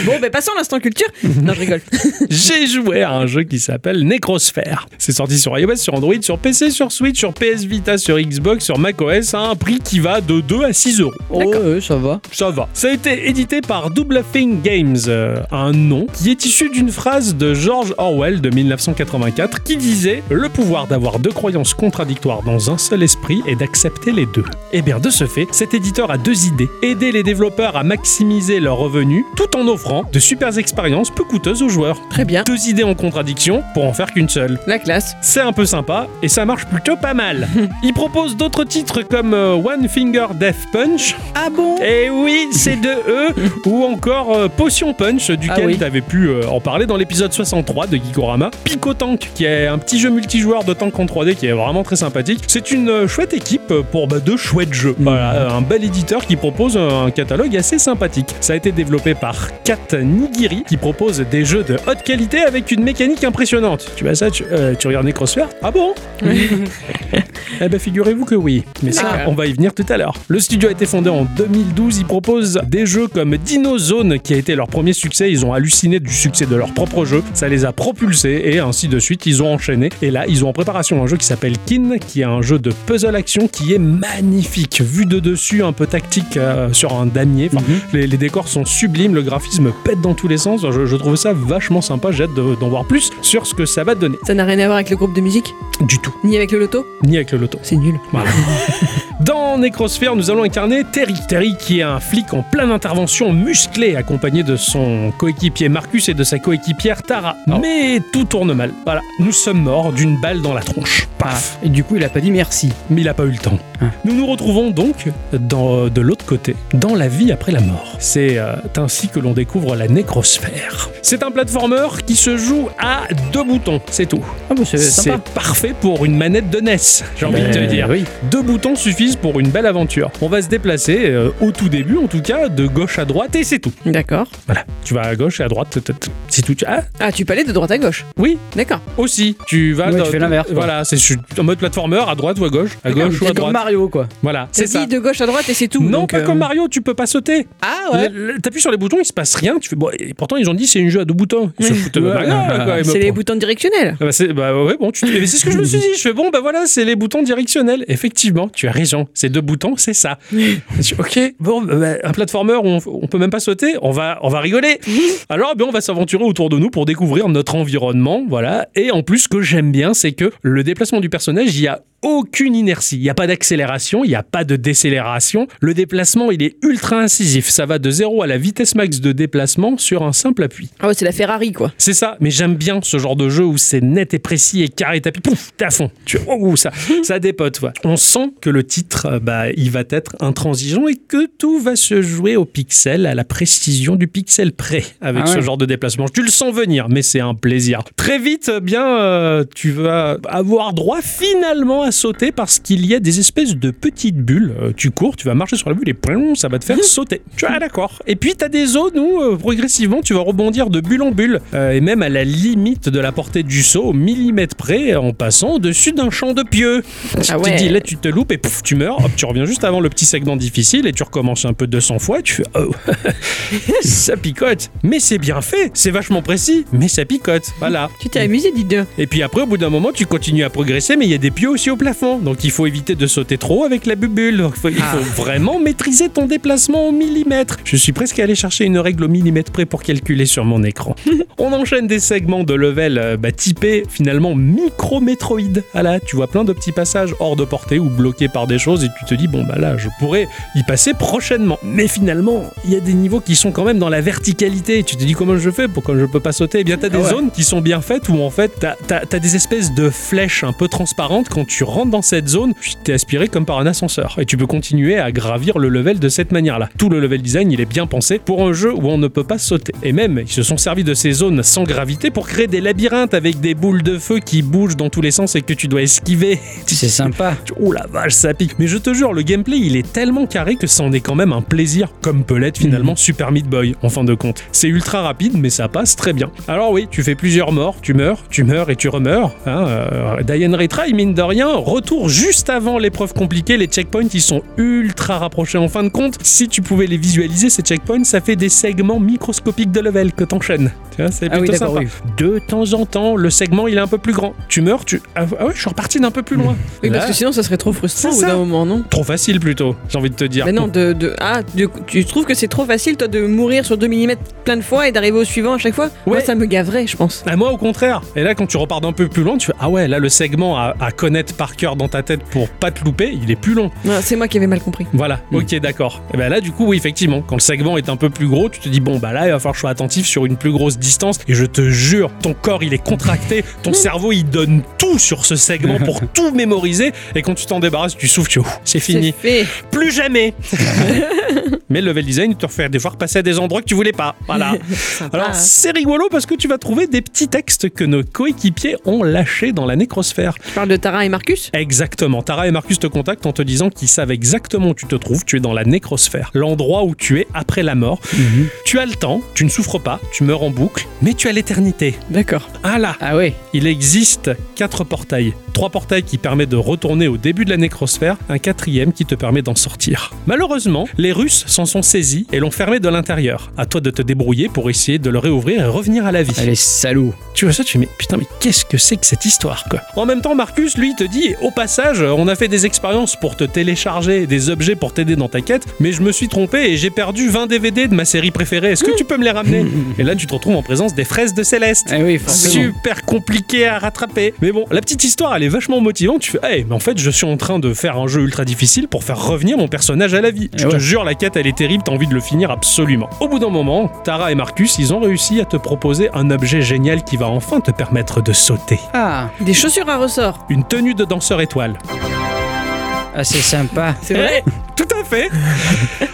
C: bon, ben passons à l'instant culture. Non, je rigole.
B: J'ai joué à un jeu qui s'appelle Necrosphere. C'est sorti sur iOS, sur Android, sur PC, sur Switch, sur PS Vita, sur Xbox, sur macOS, à un prix qui va de 2 à 6 euros.
D: Oh, ouais, ça va.
B: Ça va. Ça a été édité par Double Thing Games, euh, un nom qui est issu d'une phrase de George Orwell de 1984 qui disait Le pouvoir d'avoir deux croyances contradictoires dans un seul esprit et d'accepter les deux. Et bien, de ce fait, cet éditeur a deux idées aider les développeurs à maximiser leurs revenus tout en offrant de super expériences peu coûteuses aux joueurs.
C: Très bien.
B: Deux idées en contradiction pour en faire qu'une seule.
C: La classe.
B: C'est un peu sympa et ça marche plutôt pas mal. Il propose d'autres titres comme euh, One Finger Death Punch,
D: Ah bon
B: et Eh oui, c'est de eux ou encore euh, Potion Punch, duquel
D: Ah oui.
B: t'avais pu euh, en parler dans l'épisode 63 de Gikorama. Pico Tank, qui est un petit jeu multijoueur de tank en 3D qui est vraiment très sympathique. C'est une euh, chouette équipe pour bah, deux chouettes jeux.
D: Mm.
B: Voilà, euh, un bel éditeur qui propose un catalogue assez sympathique. Ça a été développé par Kat Nigiri, qui propose des jeux de haute qualité avec une mécanique impressionnante. Tu vois ça, tu, euh, tu regardes Necrosphere Ah bon eh ben figurez-vous que oui. Mais ça,
C: D'accord.
B: on va y venir tout à l'heure. Le studio a été fondé en 2012. Ils proposent des jeux comme Dino Zone, qui a été leur premier succès. Ils ont halluciné du succès de leur propre jeu. Ça les a propulsés et ainsi de suite. Ils ont enchaîné. Et là, ils ont en préparation un jeu qui s'appelle Kin, qui est un jeu de puzzle action qui est magnifique. Vu de dessus, un peu tactique euh, sur un damier. Enfin, les, les décors sont sublimes, le graphisme pète dans tous les sens. Je, je trouve ça vachement sympa. J'ai hâte de- d'en voir plus sur ce que ça va donner.
C: Ça n'a rien à voir avec le groupe de musique,
B: Du tout,
C: ni avec le loto.
B: ni avec le loto.
C: C'est nul.
B: Voilà. Dans Necrosphere, nous allons incarner Terry. Terry qui est un flic en pleine intervention musclé, accompagné de son coéquipier Marcus et de sa coéquipière Tara.
D: Ah.
B: Mais tout tourne mal. Voilà, nous sommes morts d'une balle dans la tronche. Paf.
D: Ah, Et du coup, il a pas dit merci.
B: Mais il n'a pas eu le temps.
D: Ah.
B: Nous nous retrouvons donc dans- euh, de l'autre côté, dans la vie après la mort. C'est euh, ainsi que l'on découvre la Necrosphere. C'est un platformer qui se joue à deux boutons, c'est tout.
D: Ah bah, c'est
B: C'est
D: sympa.
B: parfait pour une manette de NES, j'ai envie de te
D: Ben,
B: dire.
D: Oui.
B: Deux boutons suffisent pour une belle aventure. On va se déplacer, euh, au tout début en tout cas, de gauche à droite et c'est tout.
C: D'accord.
B: Voilà, tu vas à gauche et à droite, t- t- t- c'est tout. Ah
C: Ah, tu peux aller de droite à gauche.
B: oui,
C: D'accord.
B: aussi, tu vas...
D: Ouais,
B: dans-
D: tu fais l'inverse, quoi.
B: Voilà, c'est je suis en mode platformer, à droite ou à gauche, à gauche ou à
D: C'est comme
B: droite.
D: Mario, quoi.
B: Voilà, c'est
C: T'as dit
B: ça.
C: de gauche à droite et c'est tout.
B: Non,
C: donc,
B: pas
C: euh,
B: comme Mario, tu peux pas sauter.
C: Ah ouais.
B: Le- le- T'appuies sur les boutons, il se passe rien. Tu fais, bon, et pourtant, ils ont dit c'est un jeu à deux boutons. Ils se
C: Oui.
B: foutent de ma
D: Ouais.
B: gueule, quoi, ils me
C: C'est les
B: prennent.
C: boutons directionnels.
B: Ah bah c'est bah ouais, bon, tu te- mais c'est ce que je me suis dit. Je fais bon, bah voilà, c'est les boutons directionnels. Effectivement, tu as raison. Ces deux boutons, c'est ça. Je dis, ok, bon, bah, bah, un platformer, où on, on peut même pas sauter. On va, on va rigoler. Alors, ben, on va s'aventurer autour de nous pour découvrir notre environnement, voilà. Et en plus, ce que j'aime bien, c'est que le déplacement du personnage, il y a aucune inertie. Il n'y a pas d'accélération, il n'y a pas de décélération. Le déplacement, il est ultra incisif. Ça va de 0 à la vitesse max de déplacement sur un simple appui.
C: Ah ouais, c'est la Ferrari quoi.
B: C'est ça, mais j'aime bien ce genre de jeu où c'est net et précis et carré tapis. Pouf, t'es à fond. Tu vois, ouh, ça, ça dépote. ouais. On sent que le titre, euh, bah, il va être intransigeant et que tout va se jouer au pixel, à la précision du pixel près avec
D: Ah ouais.
B: ce genre de déplacement. Tu le sens venir, mais c'est un plaisir. Très vite, eh bien, euh, tu vas avoir droit finalement à sauter parce qu'il y a des espèces de petites bulles. Euh, tu cours, tu vas marcher sur la bulle et plom, ça va te faire sauter. Tu vois, ah, d'accord. Et puis, tu as des zones où, euh, progressivement, tu vas rebondir de bulle en bulle euh, et même à la limite de la portée du saut, au millimètre près, en passant au-dessus d'un champ de pieux.
C: Ah
B: Tu te
C: ouais.
B: dis, là, tu te loupes et pouf, tu meurs. Hop, tu reviens juste avant le petit segment difficile et tu recommences un peu 200 fois. Tu fais, oh, ça picote. Mais c'est bien fait, c'est vachement précis, mais ça picote. Voilà.
C: Tu t'es amusé, dis donc.
B: Et puis après, au bout d'un moment, tu continues à progresser, mais il y a des pieux aussi au plafond. Donc il faut éviter de sauter trop avec la bubule. Donc, il faut, il faut vraiment maîtriser ton déplacement au millimètre. Je suis presque allé chercher une règle au millimètre près pour calculer sur mon écran. On enchaîne des segments de level euh, bah, typés finalement micro-métroïde. Ah là, tu vois plein de petits passages hors de portée ou bloqués par des choses et tu te dis, bon bah là, je pourrais y passer prochainement. Mais finalement, il y a des niveaux qui sont quand même dans la verticalité. Tu te dis comment je fais, pourquoi je peux pas sauter Eh bien, t'as des
D: ouais.
B: zones qui sont bien faites où en fait, t'as as, des espèces de flèches un peu transparentes. Quand tu rentres dans cette zone, tu t'es aspiré comme par un ascenseur et tu peux continuer à gravir le level de cette manière-là. Tout le level design, il est bien pensé pour un jeu où on ne peut pas sauter. Et même, ils se sont servis de ces zones sans gravité pour créer des labyrinthes avec des boules de feu qui bougent dans tous les sens et que tu dois esquiver.
A: C'est sympa.
B: Tu- Oh la vache, ça pique. Mais je te jure, le gameplay, il est tellement carré que ça en est quand même un plaisir, comme peut l'être
D: Mhm.
B: finalement Super Meat Boy, en fin de compte. C'est ultra rapide, mais ça passe très bien. Alors oui, tu fais plusieurs morts, tu meurs, tu meurs et tu remeurs. Hein, euh, Diane Retry, mine de rien, retour juste avant l'épreuve compliquée, les checkpoints, ils sont ultra rapprochés en fin de compte. Si tu pouvais les visualiser, ces checkpoints, ça fait des segments microscopiques de level que t'enchaînes. Tu vois, c'est
D: Ah oui,
B: plutôt
D: d'accord,
B: sympa. De temps en temps, le segment, il est un peu plus grand. Tu meurs, tu... Ah ouais, je suis reparti d'un peu plus loin.
C: Oui, parce
B: Là-
C: que sinon, ça serait trop
B: C'est
C: frustrant au bout
B: ça.
C: d'un moment, non
B: Trop facile plutôt, j'ai envie de te dire.
C: Mais non, de, de- ah, du coup, tu trouves que c'est trop facile, toi, de mourir sur 2 mm plein de fois et d'arriver au suivant à chaque fois Moi,
B: Ouais.
C: ça me gaverait, je pense.
B: Ah, moi au contraire. Et là quand tu repars d'un peu plus loin, tu fais ah ouais là le segment à, à connaître par cœur dans ta tête pour pas te louper, il est plus long.
C: Ah, c'est moi qui avais mal compris.
B: Voilà, ok d'accord. Et ben là du coup oui effectivement, quand le segment est un peu plus gros, tu te dis bon bah là il va falloir que je sois attentif sur une plus grosse distance. Et je te jure, ton corps il est contracté, ton cerveau il donne tout sur ce segment pour tout mémoriser. Et quand tu t'en débarrasses, tu souffles, tu Ouh, c'est fini,
C: C'est fait.
B: plus jamais. Mais le level design te fait des fois passer à des endroits que tu voulais pas. Voilà.
C: Sympa,
B: Alors
C: hein.
B: c'est rigolo parce que tu vas trouver des petits textes que nos coéquipiers ont lâchés dans la nécrosphère.
C: Tu parles de Tara et Marcus
B: Exactement. Tara et Marcus te contactent en te disant qu'ils savent exactement où tu te trouves. Tu es dans la nécrosphère, l'endroit où tu es après la mort. Tu as le temps, tu ne souffres pas, tu meurs en boucle, mais tu as l'éternité.
C: D'accord.
B: Ah là,
D: Ah ouais.
B: il existe quatre portails. Trois portails qui permettent de retourner au début de la nécrosphère, un quatrième qui te permet d'en sortir. Malheureusement, les Russes s'en sont saisis et l'ont fermé de l'intérieur. À toi de te débrouiller pour essayer de le réouvrir et revenir à la vie.
D: Elle est salaud.
B: Tu vois ça, tu fais mais putain, mais qu'est-ce que c'est que cette histoire quoi En même temps, Marcus, lui, te dit au passage, on a fait des expériences pour te télécharger des objets pour t'aider dans ta quête, mais je me suis trompé et j'ai perdu 20 DVD de ma série préférée. Est-ce que tu peux me les ramener Et là, tu te retrouves en présence des fraises de Céleste.
D: Ah oui, forcément.
B: Super compliqué à rattraper. Mais bon, la petite histoire, elle est vachement motivante. Tu fais, hey, mais en fait, je suis en train de faire un jeu ultra difficile pour faire revenir mon personnage à la vie. Je
D: ouais.
B: te jure, la quête, elle est terrible. T'as envie de le finir absolument. Au bout d'un moment, Tara et Marcus, ils ont réussi à te proposer un objet génial qui va enfin te permettre de sauter.
D: Ah,
C: Des chaussures à ressort.
B: Une tenue de danseur étoile.
D: ah c'est sympa.
C: C'est vrai
B: Eh, Tout à fait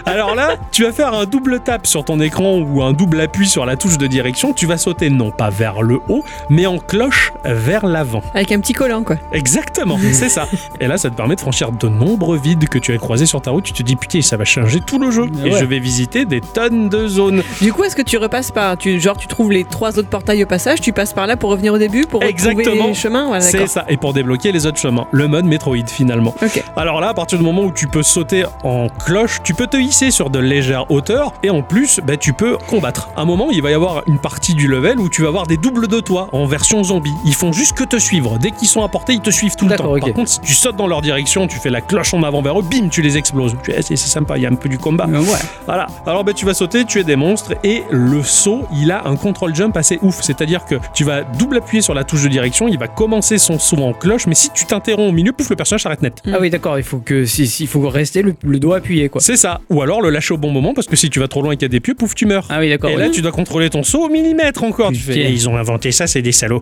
B: Alors là, tu vas faire un double tap sur ton écran ou un double appui sur la touche de direction, tu vas sauter non pas vers le haut, mais en cloche vers l'avant.
C: Avec un petit collant, quoi.
B: Exactement, c'est ça. Et là, ça te permet de franchir de nombreux vides que tu as croisés sur ta route. Tu te dis, putain, ça va changer tout le jeu.
D: Ah Ouais.
B: Et je vais visiter des tonnes de zones.
C: Du coup, est-ce que tu repasses par. Tu, genre, tu trouves les trois autres portails au passage, tu passes par là pour revenir au début, pour retrouver
B: Exactement.
C: les chemins
D: Ah,
C: Voilà,
B: c'est
C: d'accord.
B: ça. Et pour débloquer les autres chemins. Le mode Metroid, finalement.
C: Ok.
B: Alors là, à partir du moment où tu peux sauter en cloche, tu peux te hisser sur de légères hauteurs et en plus, bah, tu peux combattre. À un moment, il va y avoir une partie du level où tu vas avoir des doubles de toi en version zombie. Ils font juste que te suivre. Dès qu'ils sont à portée, ils te suivent tout le temps.
D: D'accord, ok.
B: Par contre, si tu sautes dans leur direction, tu fais la cloche en avant vers eux, bim, tu les exploses. Tu fais, eh, C'est c'est sympa, il y a un peu du combat.
D: Euh, Ouais.
B: Voilà. Alors ben, tu vas sauter, tuer des monstres et le saut, il a un control jump assez ouf. C'est-à-dire que tu vas double appuyer sur la touche de direction, il va commencer son saut en cloche, mais si tu t'interromps au milieu, pouf, le personnage s'arrête net.
D: Ah oui, d'accord, il faut que si, si, il faut rester le, le doigt appuyé quoi.
B: C'est ça. Ou alors le lâcher au bon moment parce que si tu vas trop loin et qu'il y a des pieux, pouf, tu meurs.
D: Ah oui, d'accord.
B: Et là, tu dois contrôler ton saut au millimètre encore. Tu
D: Putain.
B: fais, ils ont inventé ça, c'est des salauds.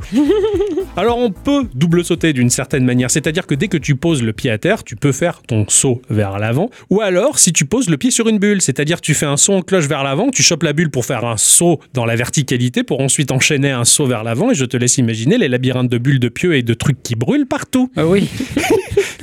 B: Alors, on peut double sauter d'une certaine manière. C'est-à-dire que dès que tu poses le pied à terre, tu peux faire ton saut vers l'avant. Ou alors, si tu poses le pied sur une bulle, c'est-à-dire tu fais un saut en cloche vers l'avant, tu chopes la bulle pour faire un saut dans la verticalité, pour ensuite enchaîner un saut vers l'avant. Et je te laisse imaginer les labyrinthes de bulles de pieux et de trucs qui brûlent partout.
D: Ah oui.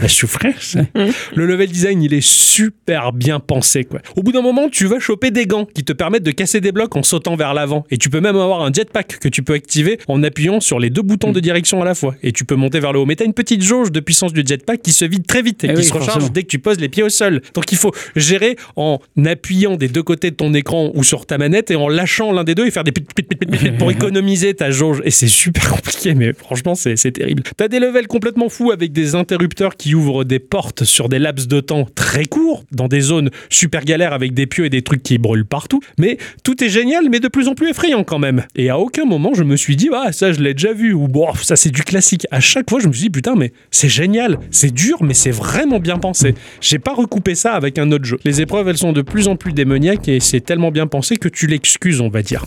B: La souffrance. hein.
D: Mmh.
B: le level design, il est super bien pensé. Quoi. Au bout d'un moment, tu vas choper des gants qui te permettent de casser des blocs en sautant vers l'avant. Et tu peux même avoir un jetpack que tu peux activer en appuyant sur les deux
D: Mmh.
B: boutons de direction à la fois. Et tu peux monter vers le haut. Mais t'as une petite jauge de puissance du jetpack qui se vide très vite et
D: Eh
B: qui
D: oui,
B: se recharge
D: forcément.
B: dès que tu poses les pieds au sol. Donc il faut gérer en appuyant des deux côtés de ton écran ou sur ta manette et en lâchant l'un des deux et faire des pit, pit, pit, pit, pit, pit pour économiser ta jauge. Et c'est super compliqué, mais franchement, c'est c'est terrible. T'as des levels complètement fous avec des interrupteurs qui ouvrent des portes sur des laps de temps très courts, dans des zones super galères avec des pieux et des trucs qui brûlent partout. Mais tout est génial, mais de plus en plus effrayant quand même. Et à aucun moment, je me suis dit, ah, ça, je l'ai déjà vu, ou bon, ça, c'est du classique. À chaque fois, je me suis dit, putain, mais c'est génial, c'est dur, mais c'est vraiment bien pensé. J'ai pas recoupé ça avec un autre jeu. Les épreuves, elles sont de plus en plus démoniaques et c'est tellement bien pensé que tu l'excuses, on va dire.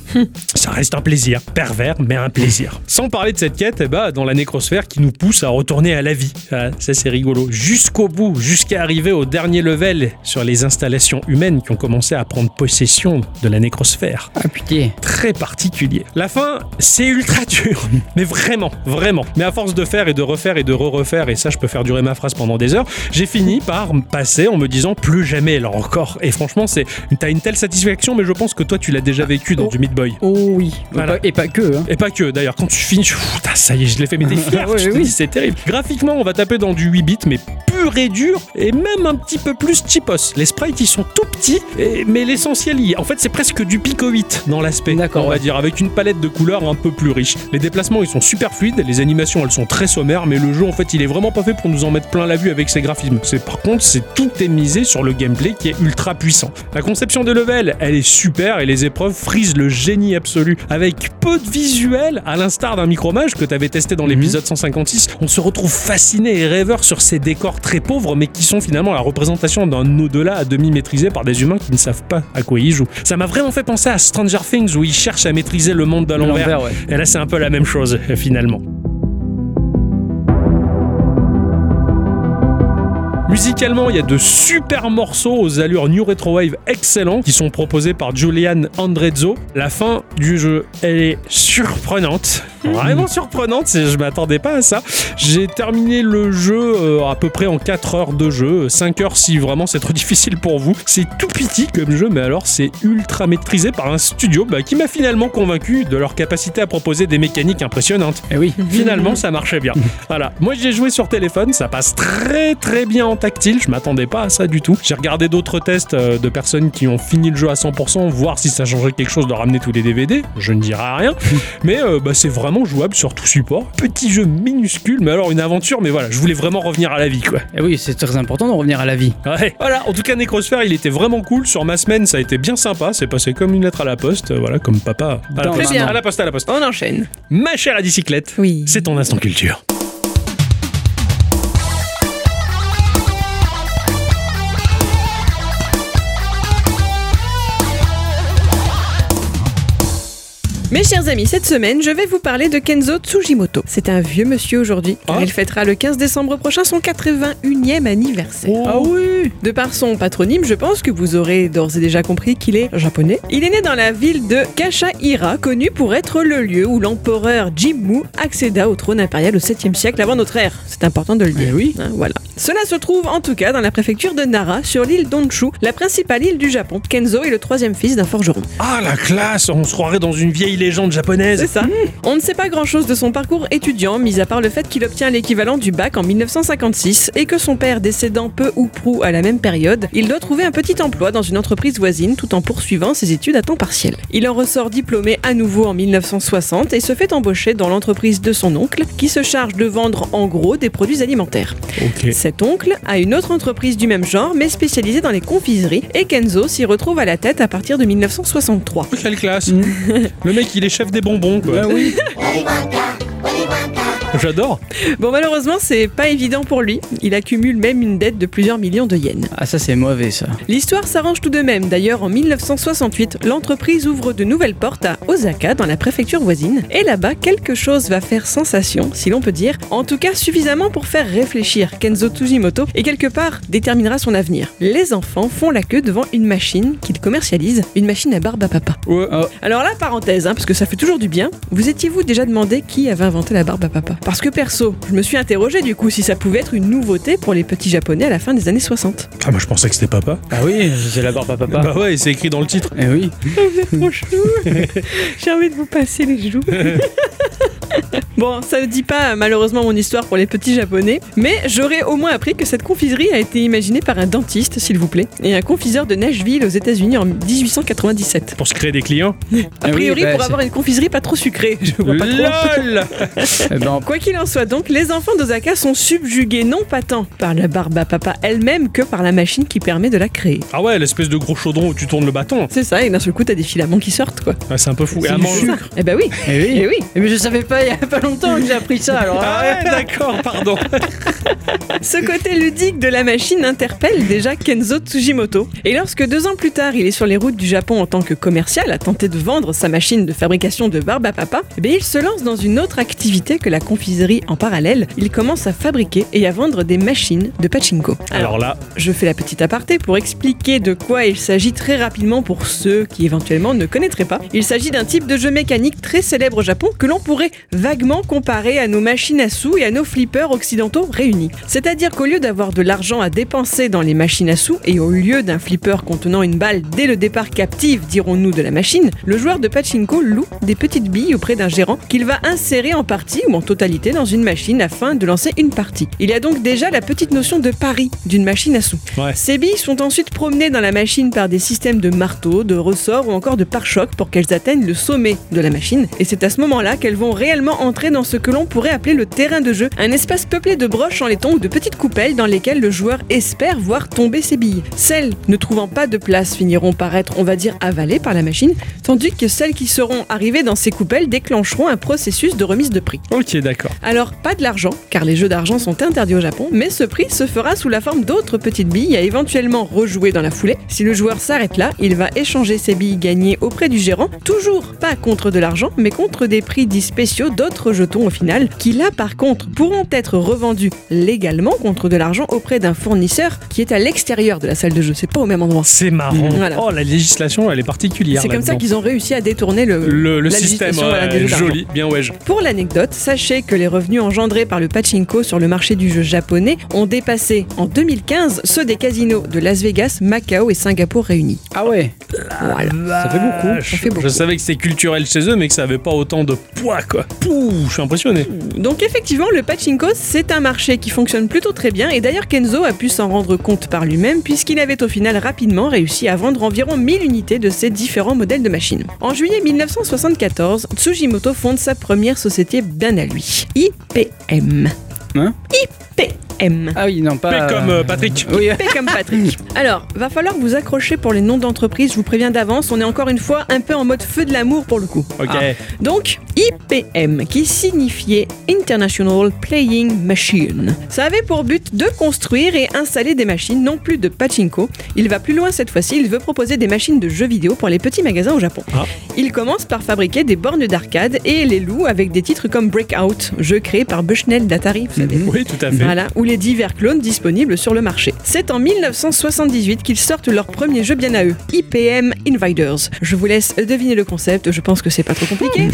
B: ça reste un plaisir. Pervers, mais un plaisir. Sans parler de cette quête, eh ben, dans la nécrosphère qui nous pousse à retourner à la vie. Ah, ça, c'est rigolo. Jusqu'au bout, jusqu'à arriver au dernier level sur les installations humaines qui ont commencé à prendre possession de la nécrosphère
D: Ah putain.
B: très particulier. La fin, c'est ultra dur, mais vraiment, vraiment. Mais à force de faire et de refaire et de re-refaire, et ça, je peux faire durer ma phrase pendant des heures, j'ai fini par me passer en me disant plus jamais, là encore. Et franchement, c'est t'as une telle satisfaction, mais je pense que toi, tu l'as déjà vécu dans
D: Oh.
B: du Meat Boy.
D: Oh oui.
B: Voilà.
D: Et, pas, et pas que, hein.
B: Et pas que, d'ailleurs, quand tu finis, tu- Putain, ça y est, je l'ai fait, mais t'es fier,
D: Ouais,
B: tu te
D: oui.
B: dis, c'est terrible. Graphiquement, on va taper dans du 8 bits, mais pur et dur, et même un petit peu plus cheapos. Les sprites, ils sont tout petits, et- mais l'essentiel y est. En fait, c'est presque du Pico 8 dans l'aspect, on
D: D'accord,
B: va
D: ouais.
B: dire, avec une palette de couleurs un peu plus riche. Les déplacements, ils sont super fluides, les animations, elles sont très sommaires, mais le jeu, en fait, il est vraiment pas fait pour nous en mettre plein la vue avec ses graphismes. C'est Par contre, c'est tout est misé sur le gameplay qui est ultra puissant. La conception de level, elle est super, et les épreuves frisent le génie absolu. Avec peu de visuel, à l'instar d'un micromage que t'avais testé dans l'épisode 156, on se retrouve fasciné et rêveur sur ces décors très pauvres, mais qui sont finalement la représentation d'un au-delà à demi maîtrisé par des humains qui ne savent pas à quoi ils jouent. Ça m'a vraiment fait penser à Stranger Things où ils cherchent à maîtriser le monde à l'envers.
D: ouais.
B: Et là, c'est un peu la même chose, euh, finalement. Musicalement, il y a de super morceaux aux allures New Retrowave excellents qui sont proposés par Julian Andrezzo. La fin du jeu, elle est surprenante. Vraiment surprenante, c'est- je m'attendais pas à ça. J'ai terminé le jeu euh, à peu près en 4 heures de jeu, 5 heures si vraiment c'est trop difficile pour vous. C'est tout petit comme jeu, mais alors c'est ultra maîtrisé par un studio bah, qui m'a finalement convaincu de leur capacité à proposer des mécaniques impressionnantes.
D: Eh oui.
B: Finalement, ça marchait bien. Voilà. Moi, j'ai joué sur téléphone. Ça passe très, très bien en tactile. Je m'attendais pas à ça du tout. J'ai regardé d'autres tests euh, de personnes qui ont fini le jeu à 100%, voir si ça changeait quelque chose de ramener tous les DVD. Je ne dirai rien. mais euh, bah, c'est vraiment jouable sur tout support. Petit jeu minuscule, mais alors une aventure. Mais voilà, je voulais vraiment revenir à la vie, quoi.
D: Eh oui, c'est très important de revenir à la vie.
B: Ouais. Voilà, en tout cas, Necrosphere, il était vraiment cool. Sur ma semaine, ça a été bien sympa. C'est passé comme une lettre à la poste. euh, Voilà, comme papa. À la
D: Dans
B: poste,
C: la main.
B: à la poste, à la poste.
C: On enchaîne.
B: Ma chère à bicyclette,
C: Oui.
B: c'est ton instant culture.
C: Mes chers amis, cette semaine, je vais vous parler de Kenzo Tsujimoto. C'est un vieux monsieur aujourd'hui, car
B: Ah.
C: il fêtera le 15 décembre prochain son 81e anniversaire.
D: Ah oui
C: De par son patronyme, je pense que vous aurez d'ores et déjà compris qu'il est japonais. Il est né dans la ville de Kashaira, connu pour être le lieu où l'empereur Jimmu accéda au trône impérial au 7e siècle avant notre ère. C'est important de le dire.
D: Eh oui.
C: Hein, voilà. Cela se trouve en tout cas dans la préfecture de Nara, sur l'île d'Honshu, la principale île du Japon. Kenzo est le troisième fils d'un forgeron.
B: Ah la classe, on se croirait dans une vieille légende japonaise.
C: C'est ça. On ne sait pas grand-chose de son parcours étudiant, mis à part le fait qu'il obtient l'équivalent du bac en 1956 et que son père décédant peu ou prou à la même période, il doit trouver un petit emploi dans une entreprise voisine tout en poursuivant ses études à temps partiel. Il en ressort diplômé à nouveau en 1960 et se fait embaucher dans l'entreprise de son oncle qui se charge de vendre en gros des produits alimentaires.
B: Ok.
C: Cet oncle a une autre entreprise du même genre mais spécialisée dans les confiseries et Kenzo s'y retrouve à la tête à partir de 1963.
B: Quelle classe
C: Mm.
B: Le mec il est chef des bonbons quoi.
C: Bah
B: oui. J'adore.
C: Bon, malheureusement, c'est pas évident pour lui. Il accumule même une dette de plusieurs millions de yens.
D: Ah ça c'est mauvais ça.
C: L'histoire s'arrange tout de même. D'ailleurs, en 1968, l'entreprise ouvre de nouvelles portes à Osaka, dans la préfecture voisine. Et là-bas, quelque chose va faire sensation, si l'on peut dire. En tout cas, suffisamment pour faire réfléchir Kenzo Tsujimoto et quelque part déterminera son avenir. Les enfants font la queue devant une machine qu'ils commercialisent, une machine à barbe à papa.
D: Ouais.
B: ah.
C: Alors là, parenthèse, hein, parce que ça fait toujours du bien. Vous étiez-vous déjà demandé qui avait inventé la barbe à papa Parce que perso, je me suis interrogé du coup si ça pouvait être une nouveauté pour les petits japonais à la fin des années 60.
B: Ah, moi je pensais que c'était papa.
F: Ah oui, c'est la barbe à papa.
B: Bah ouais, c'est écrit dans le titre.
D: Eh oui.
C: Vous êtes trop chou J'ai envie de vous passer les joues Bon, ça ne dit pas malheureusement mon histoire pour les petits japonais, mais j'aurais au moins appris que cette confiserie a été imaginée par un dentiste, s'il vous plaît, et un confiseur de Nashville aux États-Unis en 1897.
B: Pour se créer des clients.
D: Eh
C: A
D: oui,
C: priori,
D: bah,
C: pour
D: c'est-
C: avoir une confiserie pas trop sucrée, je vois pas trop.
B: LOL
D: Eh ben,
C: Quoi qu'il en soit, donc, les enfants d'Osaka sont subjugués non pas tant par la barbe à papa elle-même que par la machine qui permet de la créer.
B: Ah ouais, l'espèce de gros chaudron où tu tournes le bâton.
C: C'est ça, et d'un seul coup, t'as des filaments qui sortent, quoi.
B: Ah, c'est un peu fou. Et à
D: du
B: manger-
D: sucre.
C: Eh ben oui,
D: eh oui.
C: eh oui.
D: Eh, Mais je savais pas il y a pas longtemps que j'ai appris ça alors.
B: Ah
D: ah
B: ouais, d'accord, pardon.
C: Ce côté ludique de la machine interpelle déjà Kenzo Tsujimoto. Et lorsque deux ans plus tard, il est sur les routes du Japon en tant que commercial à tenter de vendre sa machine de fabrication de barbe à papa, eh bien, il se lance dans une autre activité que la confiserie en parallèle. Il commence à fabriquer et à vendre des machines de pachinko.
B: Alors là,
C: Je fais la petite aparté pour expliquer de quoi il s'agit très rapidement pour ceux qui éventuellement ne connaîtraient pas. Il s'agit d'un type de jeu mécanique très célèbre au Japon que l'on pourrait vaguement comparer à nos machines à sous et à nos flippers occidentaux réunis. C'est-à-dire qu'au lieu d'avoir de l'argent à dépenser dans les machines à sous et au lieu d'un flipper contenant une balle dès le départ captive, dirons-nous, de la machine, le joueur de pachinko loue des petites billes auprès d'un gérant qu'il va insérer en partie ou en totalité dans une machine afin de lancer une partie. Il y a donc déjà la petite notion de pari d'une machine à sous.
B: ouais.
C: Ces billes sont ensuite promenées dans la machine par des systèmes de marteaux, de ressorts ou encore de pare-chocs pour qu'elles atteignent le sommet de la machine. Et c'est à ce moment-là qu'elles vont réellement entrer dans ce que l'on pourrait appeler le terrain de jeu, un espace peuplé de broches en laiton ou de petites coupelles dans lesquelles le joueur espère voir tomber ses billes. Celles ne trouvant pas de place finiront par être, on va dire, avalées par la machine, tandis que celles qui seront arrivées dans ces coupelles déclencheront un processus de remise de prix.
B: Ok, d'accord.
C: Alors, pas de l'argent, car les jeux d'argent sont interdits au Japon, mais ce prix se fera sous la forme d'autres petites billes à éventuellement rejouer dans la foulée. Si le joueur s'arrête là, il va échanger ses billes gagnées auprès du gérant, toujours pas contre de l'argent, mais contre des prix dits spéciaux d'autres jetons au final, qui là par contre pourront être revendus légalement contre de l'argent auprès d'un fournisseur qui est à l'extérieur de la salle de jeu, c'est pas au même endroit.
B: C'est marrant.
C: Voilà.
B: Oh, la législation, elle est particulière.
C: C'est comme ça
B: là-dedans.
C: qu'ils ont réussi à détourner le,
B: Le, le
C: la
B: système,
C: législation, voilà, des
B: ouais,
C: jeux d'argent.
B: joli, bien ouais.
C: Pour l'anecdote, sachez que les revenus engendrés par le pachinko sur le marché du jeu japonais ont dépassé en 2015 ceux des casinos de Las Vegas, Macao et Singapour réunis.
D: Ah ouais. Ça fait beaucoup.
B: Je,
C: fait beaucoup.
B: je savais que c'était culturel chez eux, mais que ça avait pas autant de poids, quoi. Pouh, je suis impressionné.
C: Donc effectivement, le pachinko, c'est un marché qui fonctionne plutôt très bien et d'ailleurs Kenzo a pu s'en rendre compte par lui-même puisqu'il avait au final rapidement réussi à vendre environ 1000 unités de ses différents modèles de machines. En juillet 1974, Tsujimoto fonde sa première société bien à lui, IPM.
D: Hein
C: IPM.
D: Ah oui, non pas.
B: Mais comme euh, Patrick.
D: Oui.
C: Paix comme Patrick. Alors, va falloir vous accrocher pour les noms d'entreprise, je vous préviens d'avance, on est encore une fois un peu en mode feu de l'amour pour le coup.
B: Ok.
C: Ah. Donc, IPM, qui signifiait International Playing Machine. Ça avait pour but de construire et installer des machines, non plus de pachinko. Il va plus loin cette fois-ci, il veut proposer des machines de jeux vidéo pour les petits magasins au Japon.
B: Ah.
C: Il commence par fabriquer des bornes d'arcade et les loue avec des titres comme Breakout, jeu créé par Bushnell d'Atari, vous savez.
B: Oui, tout à fait.
C: Voilà, ou les divers clones disponibles sur le marché. C'est en 1978 qu'ils sortent leur premier jeu bien à eux, IPM Invaders. Je vous laisse deviner le concept, je pense que c'est pas trop compliqué.
B: Hmm.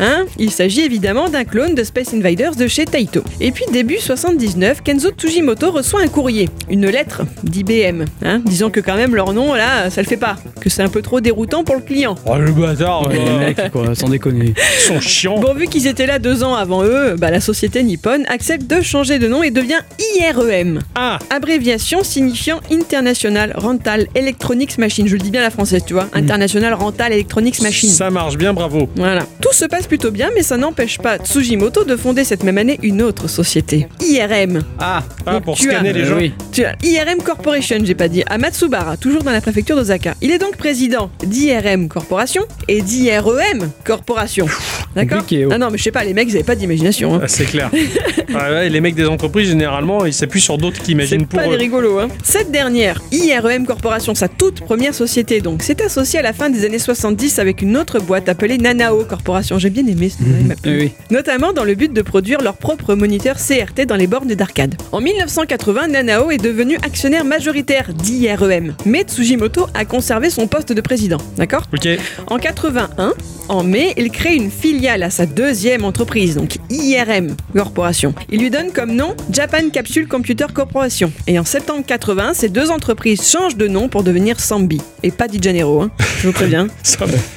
C: Hein Il s'agit évidemment d'un clone de Space Invaders de chez Taito. Et puis début 79, Kenzo Tsujimoto reçoit un courrier, une lettre d'IBM, hein, disant que quand même leur nom là, ça le fait pas, que c'est un peu trop déroutant pour le client.
B: Oh, le bâtard,
D: Les
B: euh,
D: mecs, quoi, sans déconner.
B: ils sont chiants.
C: Bon, vu qu'ils étaient là deux ans avant eux, bah, la société nippone accepte de changer de nom et devient IREM,
B: Ah,
C: abréviation signifiant International Rental Electronics Machine. Je le dis bien à la française, tu vois. International Rental Electronics Machine.
B: ça marche bien, bravo.
C: Voilà. Tout se passe plutôt bien, mais ça n'empêche pas Tsujimoto de fonder cette même année une autre société. IRM.
D: Ah.
B: Ah,
C: Donc
B: pour
C: tu as-
B: scanner les gens.
D: Oui.
C: Tu as IRM Corporation, j'ai pas dit, à Matsubara, toujours dans la préfecture d'Osaka. Il est donc président d'IRM Corporation et d'IREM Corporation. D'accord
D: Compliqué, oh.
C: Ah non, mais je sais pas, les mecs, ils avaient pas d'imagination. hein.
B: Ah, c'est clair. Ouais, ouais, les mecs des entreprises, généralement, ils s'appuient sur d'autres qui
C: C'est
B: imaginent pour
C: pas des
B: eux.
C: rigolos, hein. Cette dernière, IREM Corporation, sa toute première société donc, s'est associée à la fin des années 70 avec une autre boîte appelée Nanao Corporation. J'ai bien aimé ce nom, il m'a plu.
D: Eh oui.
C: Notamment dans le but de produire leur propre moniteur CRT dans les bornes d'arcade. En 1980, Nanao est devenu actionnaire majoritaire d'IREM, mais Tsujimoto a conservé son poste de président. D'accord
B: Ok,
C: en 81, en mai, il crée une filiale filiale à sa deuxième entreprise, donc IRM Corporation. Il lui donne comme nom Japan Capsule Computer Corporation. Et en septembre 80, ces deux entreprises changent de nom pour devenir Sambi. Et pas Di Janeiro, hein, je vous préviens.
B: Ça,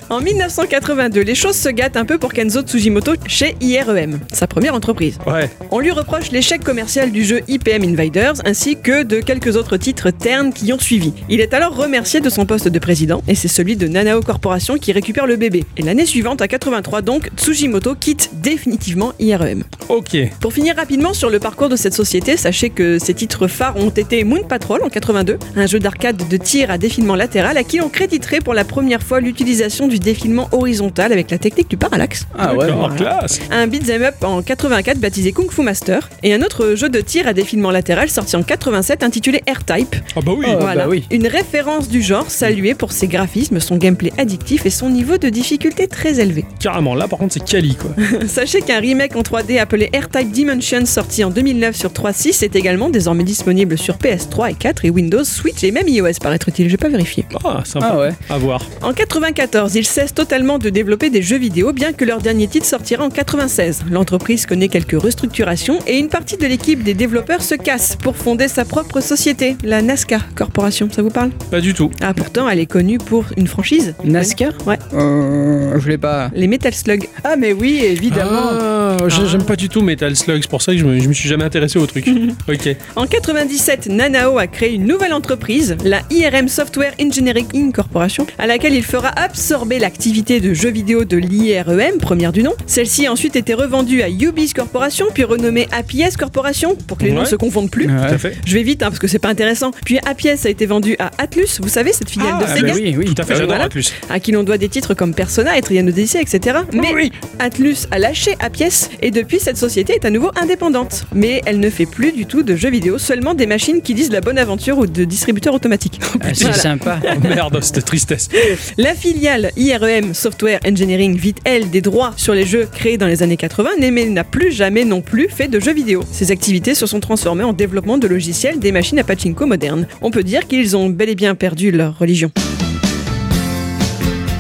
C: En 1982, les choses se gâtent un peu pour Kenzo Tsujimoto chez IREM, sa première entreprise.
B: ouais.
C: On lui reproche l'échec commercial du jeu IPM Invaders ainsi que de quelques autres titres ternes qui y ont suivi. Il est alors remercié de son poste de président et c'est celui de Nanao Corporation qui récupère le bébé. Et l'année suivante, à 83 donc, Tsujimoto quitte définitivement IREM.
B: Ok.
C: Pour finir rapidement sur le parcours de cette société, sachez que ses titres phares ont été Moon Patrol en 82, un jeu d'arcade de tir à défilement latéral à qui l'on créditerait pour la première fois l'utilisation du défilement horizontal avec la technique du parallaxe,
D: Ah ouais,
B: D'accord,
D: voilà.
B: classe.
C: un beat'em up en 84 baptisé Kung Fu Master, et un autre jeu de tir à défilement latéral sorti en 87 intitulé Air-Type,
B: Ah bah oui.
D: Ah,
C: voilà.
D: bah oui.
C: une référence du genre saluée pour ses graphismes, son gameplay addictif et son niveau de difficulté très élevé.
B: Carrément. Là, par contre, c'est Cali, quoi.
C: Sachez qu'un remake en 3D appelé AirType Dimension sorti en 2009 sur 3.6 est également désormais disponible sur PS3 et 4 et Windows, Switch et même iOS paraître-t-il, j'ai pas vérifié.
B: Ah, sympa.
D: Ah ouais.
B: À voir.
C: En 94, ils cessent totalement de développer des jeux vidéo bien que leur dernier titre sortira en 96. L'entreprise connaît quelques restructurations et une partie de l'équipe des développeurs se casse pour fonder sa propre société, la Nazca Corporation, ça vous parle
B: Pas du tout.
C: Ah pourtant, elle est connue pour une franchise.
D: Nazca
C: Ouais.
D: Euh, je l'ai pas.
C: Les Metal Slug.
D: Ah mais oui, évidemment.
B: Ah, j'ai- j'aime pas du tout Metal Slug, c'est pour ça que je me, je me suis jamais intéressé au truc. ok.
C: En 97, Nanao a créé une nouvelle entreprise, la IRM Software Engineering Incorporation, à laquelle il fera absorber l'activité de jeux vidéo de l'IREM, première du nom. Celle-ci a ensuite été revendue à Ubis Corporation, puis renommée APS Corporation, pour que les noms
B: Ouais.
C: se confondent plus.
D: Ouais.
B: Tout à fait.
C: Je vais vite hein, parce que c'est pas intéressant. Puis APS a été vendu à Atlus, vous savez, cette filiale
B: Ah,
C: de
B: bah
D: Ah
C: Sega,
D: bah oui, oui.
B: Tout à fait,
D: Ah,
B: j'adore
C: voilà.
B: en plus.
C: à qui l'on doit des titres comme Persona et Trian Odyssey, etc. Mais
B: oui.
C: Atlus a lâché Apies et depuis cette société est à nouveau indépendante. Mais elle ne fait plus du tout de jeux vidéo, seulement des machines qui disent la bonne aventure ou de distributeurs automatiques.
D: Ah, c'est
C: Voilà.
D: sympa.
B: Oh merde, c'était tristesse.
C: La filiale IREM Software Engineering vit elle des droits sur les jeux créés dans les années 80 mais n'a plus jamais non plus fait de jeux vidéo. Ces activités se sont transformées en développement de logiciels des machines à pachinko modernes. On peut dire qu'ils ont bel et bien perdu leur religion.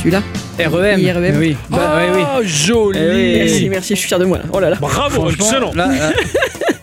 C: Tu l'as
D: REM.
C: IREM.
D: E Oui. Bah ouais, oui.
B: Ah, joli.
D: Eh oui.
C: Merci, merci, je suis fier de moi là. Oh là là.
B: Bravo,
D: Franchement,
B: excellent.
D: Là, là,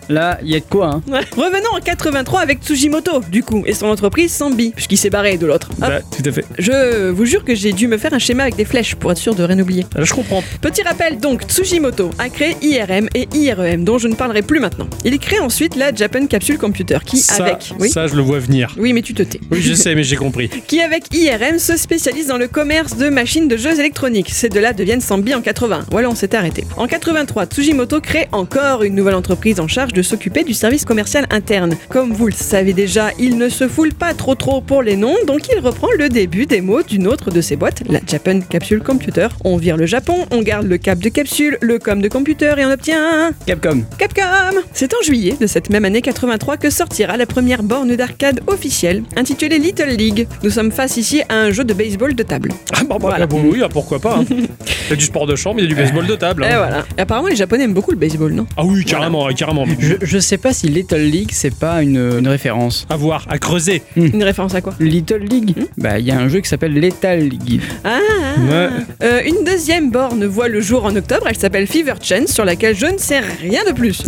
D: là, il y a de quoi. Hein.
C: Ouais. Revenons en 83 avec Tsujimoto, du coup, et son entreprise Sambi, puisqu'il s'est barré de l'autre. Hop.
B: Bah, tout à fait.
C: Je vous jure que j'ai dû me faire un schéma avec des flèches pour être sûr de rien oublier.
B: Là, je comprends.
C: Petit rappel donc, Tsujimoto a créé IRM et IREM, dont je ne parlerai plus maintenant. Il crée ensuite la Japan Capsule Computer, qui
B: ça,
C: avec. Oui,
B: ça, je le vois venir.
C: oui mais tu te tais.
B: Oui, je sais, mais j'ai compris.
C: qui avec IRM se spécialise dans le commerce de machines de jeux électroniques. Ces deux-là deviennent Sambi en 80. Voilà, on s'est arrêté. En 83, Tsujimoto crée encore une nouvelle entreprise en charge de s'occuper du service commercial interne. Comme vous le savez déjà, il ne se foule pas trop trop pour les noms, donc il reprend le début des mots d'une autre de ses boîtes, la Japan Capsule Computer. On vire le Japon, on garde le cap de capsule, le com de computer et on obtient un
D: Capcom.
C: Capcom C'est en juillet de cette même année 83 que sortira la première borne d'arcade officielle, intitulée Little League. Nous sommes face ici à un jeu de baseball de table.
B: Ah, bah, bah,
C: Voilà.
B: bah, oui, ah, pourquoi pas. hein. Il y a du sport de chambre, il y a du baseball de table. hein.
D: Eh
C: Et voilà. Apparemment, les Japonais aiment beaucoup le baseball, non
B: Ah oui, carrément, carrément.
D: Je, je sais pas si Little League c'est pas une, une référence.
B: À voir, à creuser.
C: Une référence à quoi
D: Little League Bah il y a un jeu qui s'appelle Lethal League.
C: Ah
B: Ouais.
C: Euh, Une deuxième borne voit le jour en octobre, elle s'appelle Fever Chance, sur laquelle je ne sais rien de plus.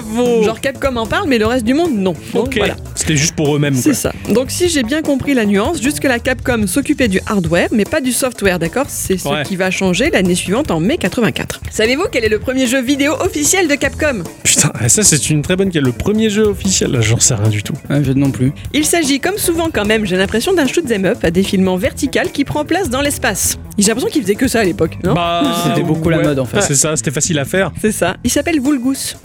B: Bravo.
C: Genre Capcom en parle, mais le reste du monde, non. Donc
B: Ok.
C: voilà.
B: C'était juste pour eux-mêmes.
C: C'est
B: quoi.
C: ça. Donc si j'ai bien compris la nuance, jusque la Capcom s'occupait du hardware, mais pas du software, d'accord C'est ce
B: Ouais.
C: qui va changer l'année suivante en mai 84. Savez-vous quel est le premier jeu vidéo officiel de Capcom
B: Putain, ah, ça c'est une très bonne quête. Le premier jeu officiel, là, j'en sais rien du tout.
D: Un jeu non Ah, plus.
C: Il s'agit comme souvent quand même, j'ai l'impression d'un shoot'em up à défilement vertical qui prend place dans l'espace. J'ai l'impression qu'ils faisaient que ça à l'époque, non
B: Bah,
D: C'était beaucoup la mode, en fait.
B: C'est ça, c'était facile à faire.
C: C'est ça. Il s'appelle Vulgus.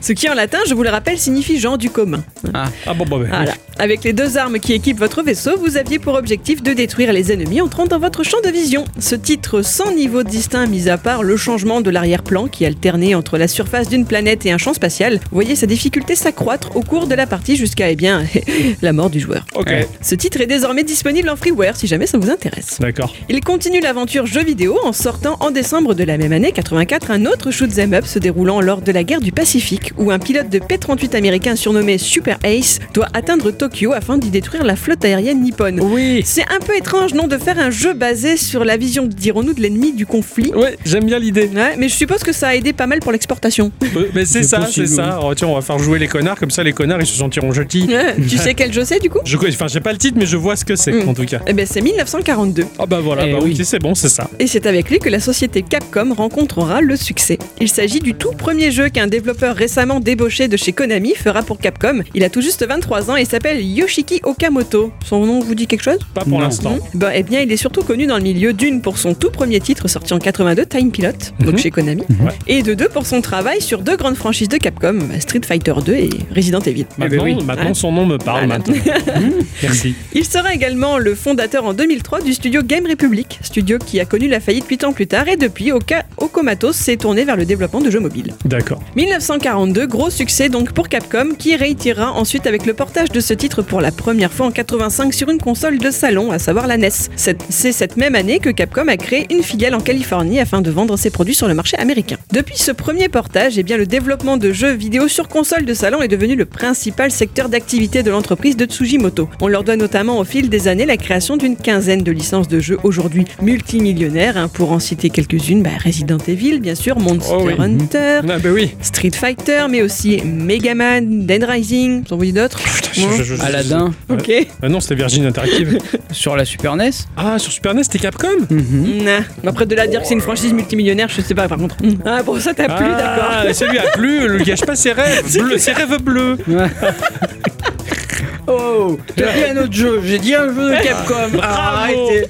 C: Ce qui en latin, je vous le rappelle, signifie genre du commun.
B: Ah bon, bah, bah,
C: Voilà. Avec les deux armes qui équipent votre vaisseau, vous aviez pour objectif de détruire les ennemis entrant dans votre champ de vision. Ce titre sans niveau distinct, mis à part le changement de l'arrière-plan qui alternait entre la surface d'une planète et un champ spatial, voyait sa difficulté s'accroître au cours de la partie jusqu'à, eh bien, la mort du joueur.
B: Ok,
D: Ouais.
C: Ce titre est désormais disponible en freeware si jamais ça vous intéresse.
B: d'accord.
C: Il continue l'aventure jeux vidéo en sortant en décembre de la même année 84 un autre shoot'em up se déroulant lors de la guerre du Pacifique où un pilote de P-38 américain surnommé Super Ace doit atteindre Tokyo afin d'y détruire la flotte aérienne nippone.
B: Oui.
C: C'est un peu étrange, non, de faire un jeu basé sur la vision, dirons-nous, de l'ennemi du conflit.
B: Ouais, j'aime bien l'idée.
C: Ouais, mais je suppose que ça a aidé pas mal pour l'exportation.
B: Peu- Mais c'est
D: C'est
B: ça, c'est
D: possible,
B: ça. Oh, tiens, on va faire jouer les connards, comme ça les connards ils se sentiront jetis.
C: Ouais, tu sais quel jeu c'est du coup
B: Je connais, enfin, j'ai pas le titre, mais je vois ce que c'est
C: Mm.
B: en tout cas.
C: Eh ben c'est 1942.
B: Ah bah voilà,
D: Eh
B: bah,
D: oui.
B: ok, c'est bon, c'est ça.
C: Et c'est avec lui que la société Capcom rencontrera le succès. Il s'agit du tout premier jeu qu'un développeur récemment débauché de chez Konami fera pour Capcom. Il a tout juste 23 ans et s'appelle Yoshiki Okamoto. Son nom vous dit quelque chose
B: Pas pour
D: Non. Mm.
B: l'instant.
C: Hmm. Bah, eh bien, il est surtout connu dans le milieu d'une pour son tout premier titre sorti en 82, Time Pilot, donc
B: Mhm.
C: chez Konami,
B: Ouais.
C: et de deux pour son travail sur deux grandes franchises de Capcom, Street Fighter 2 et Resident
D: Eh
C: Evil.
D: ben
B: Maintenant,
D: oui.
B: maintenant,
C: Ouais.
B: son nom me parle
C: Voilà.
B: maintenant. Mm. Merci.
C: Il sera également le fondateur en 2003 du studio Game Republic, studio qui a connu la faillite 8 ans plus tard et depuis Oka Okamoto s'est tourné vers le développement de jeux mobiles.
B: D'accord.
C: 1942, gros succès donc pour Capcom qui réitérera ensuite avec le portage de ce titre pour la première fois en 85 sur une console de salon, à savoir la NES. Cette- C'est cette même année que Capcom a créé une filiale en Californie afin de vendre ses produits sur le marché américain. Depuis ce premier portage, eh bien, le développement de jeux vidéo sur console de salon est devenu le principal secteur d'activité de l'entreprise de Tsujimoto. On leur doit notamment au fil des années la création d'une quinzaine de licences de jeux aujourd'hui multimillionnaires, hein, pour en citer quelques-unes, bah, Resident Evil bien sûr, Monster
B: Oh oui.
C: Hunter,
B: Ah bah oui.
C: Street Fighter, mais aussi Mega Man, Dead Rising, j'en voulais d'autres.
B: Je- je- je- je-
D: Aladdin
C: Ok.
B: Ah non, c'était Virgin Interactive.
D: sur la Super E NES.
B: ah, sur Super NES, c'était Capcom
C: Nah. Après, de là à dire que c'est une franchise multimillionnaire, je sais pas par contre. Ah, bon, ça t'a plu, d'accord.
B: Ah, celui a plu, le gâche pas ses rêves. Bleu, ses rêves bleus.
D: Oh, j'ai dit un autre jeu, j'ai dit un jeu de Capcom.
B: Arrêtez.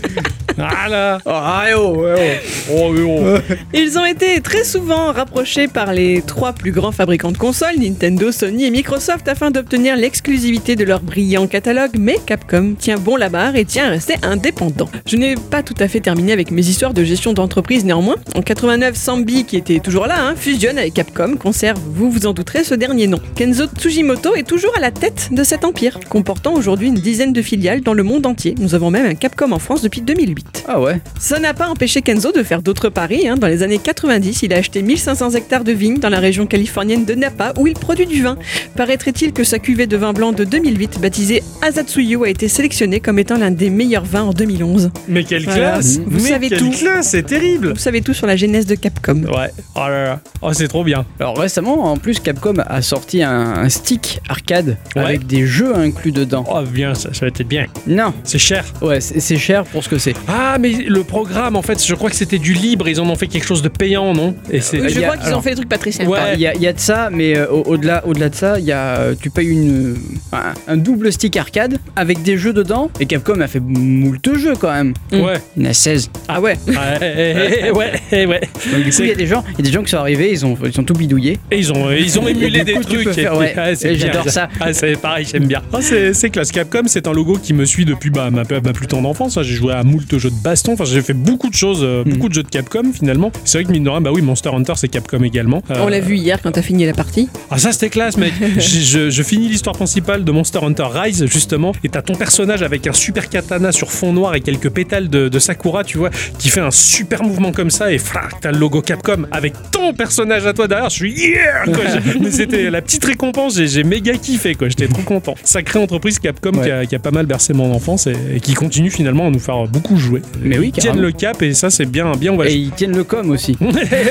B: Ah là.
D: Oh, ah, oh, oh.
B: Oh, oh.
C: Ils ont été très souvent rapprochés par les trois plus grands fabricants de consoles, Nintendo, Sony et Microsoft, afin d'obtenir l'exclusivité de leur brillant catalogue, mais Capcom tient bon la barre et tient à rester indépendant. Je n'ai pas tout à fait terminé avec mes histoires de gestion d'entreprise néanmoins. En 89, Sambi, qui était toujours là, hein, fusionne avec Capcom, conserve, vous vous en douterez, ce dernier nom. Kenzo Tsujimoto est toujours à la tête de cet empire, comportant aujourd'hui une dizaine de filiales dans le monde entier. Nous avons même un Capcom en France depuis 2008.
D: Ah ouais.
C: Ça n'a pas empêché Kenzo de faire d'autres paris. hein. Dans les années 90, il a acheté 1500 hectares de vignes dans la région californienne de Napa où il produit du vin. Paraîtrait-il que sa cuvée de vin blanc de 2008, baptisée Azatsuyu, a été sélectionnée comme étant l'un des meilleurs vins en 2011.
B: Mais quelle
C: Voilà.
B: classe
C: Vous
B: Mais
C: savez
B: quelle
C: tout.
B: classe, c'est terrible.
C: Vous savez tout sur la genèse de Capcom.
B: Ouais. Oh là là. Oh, c'est trop bien.
D: Alors récemment, en plus, Capcom a sorti un, un stick arcade
B: Ouais.
D: avec des jeux inclus dedans.
B: Oh, bien, ça, ça va être bien.
D: Non,
B: C'est cher.
D: ouais, c'est c'est cher pour ce que c'est.
B: Ah, mais le programme, en fait, je crois que c'était du libre. Ils en ont fait quelque chose de payant, non Et c'est.
C: Oui, je
D: il y a-
C: crois qu'ils ont
D: alors-
C: fait des trucs pas très sympas.
B: Ouais.
D: Alors, Il y, a- il y a de ça, mais euh, au- au-delà au -delà de ça, il y a, euh, tu payes une, euh, un- un double stick arcade avec des jeux dedans. Et Capcom a fait moult jeux quand même.
B: Ouais.
D: Il y en a 16.
C: Ah ouais,
B: Ah, eh, eh, eh, ouais. eh, ouais.
D: Donc du coup,
B: C'est-
D: il y, a des gens- il y a des gens qui sont arrivés, ils ont, ils ont tout bidouillé.
B: Et ils ont, ils ont émulé des
D: Du coup, tu
B: trucs.
D: peux faire,
B: et puis-
D: ouais.
B: ah, c'est
D: Et
B: bien,
D: j'adore ça.
B: Ah, c'est pareil, j'aime bien. Ah, c'est c'est classe. Capcom, c'est un logo qui me suit depuis bah, ma, ma plus tendre enfance. hein. J'ai joué à moult jeux de baston. Enfin, j'ai fait beaucoup de choses, euh,
D: Mm.
B: beaucoup de jeux de Capcom finalement. C'est vrai que mine de rien, bah oui, Monster Hunter, c'est Capcom également. Euh,
C: on l'a vu hier quand t'as fini la partie.
B: Ah, ça, c'était classe, mec. je, je- je finis l'histoire principale de Monster Hunter Rise, justement. Et t'as ton personnage avec un super katana sur fond noir et quelques pétales de, de Sakura, tu vois, qui fait un super mouvement comme ça. Et frac, t'as le logo Capcom avec ton personnage à toi derrière. Je suis yeah! quoi. J'ai- Mais c'était la petite récompense. J'ai- J'ai méga kiffé, quoi. J'étais trop content. Sacrée entreprise Capcom
D: Ouais.
B: qui, a, qui a pas mal bercé mon enfance et, et qui continue finalement à nous faire beaucoup jouer.
D: Mais oui,
B: Ils tiennent
D: carrément.
B: le cap et ça, c'est bien, bien, on va
D: Et ils tiennent le com aussi.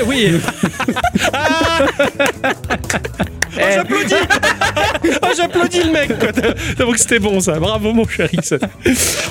B: oui.
D: Ah,
B: Oh,
D: Eh.
B: j'applaudis Oh, j'applaudis le mec quoi. T'avoue que c'était bon ça, bravo mon chéri ça.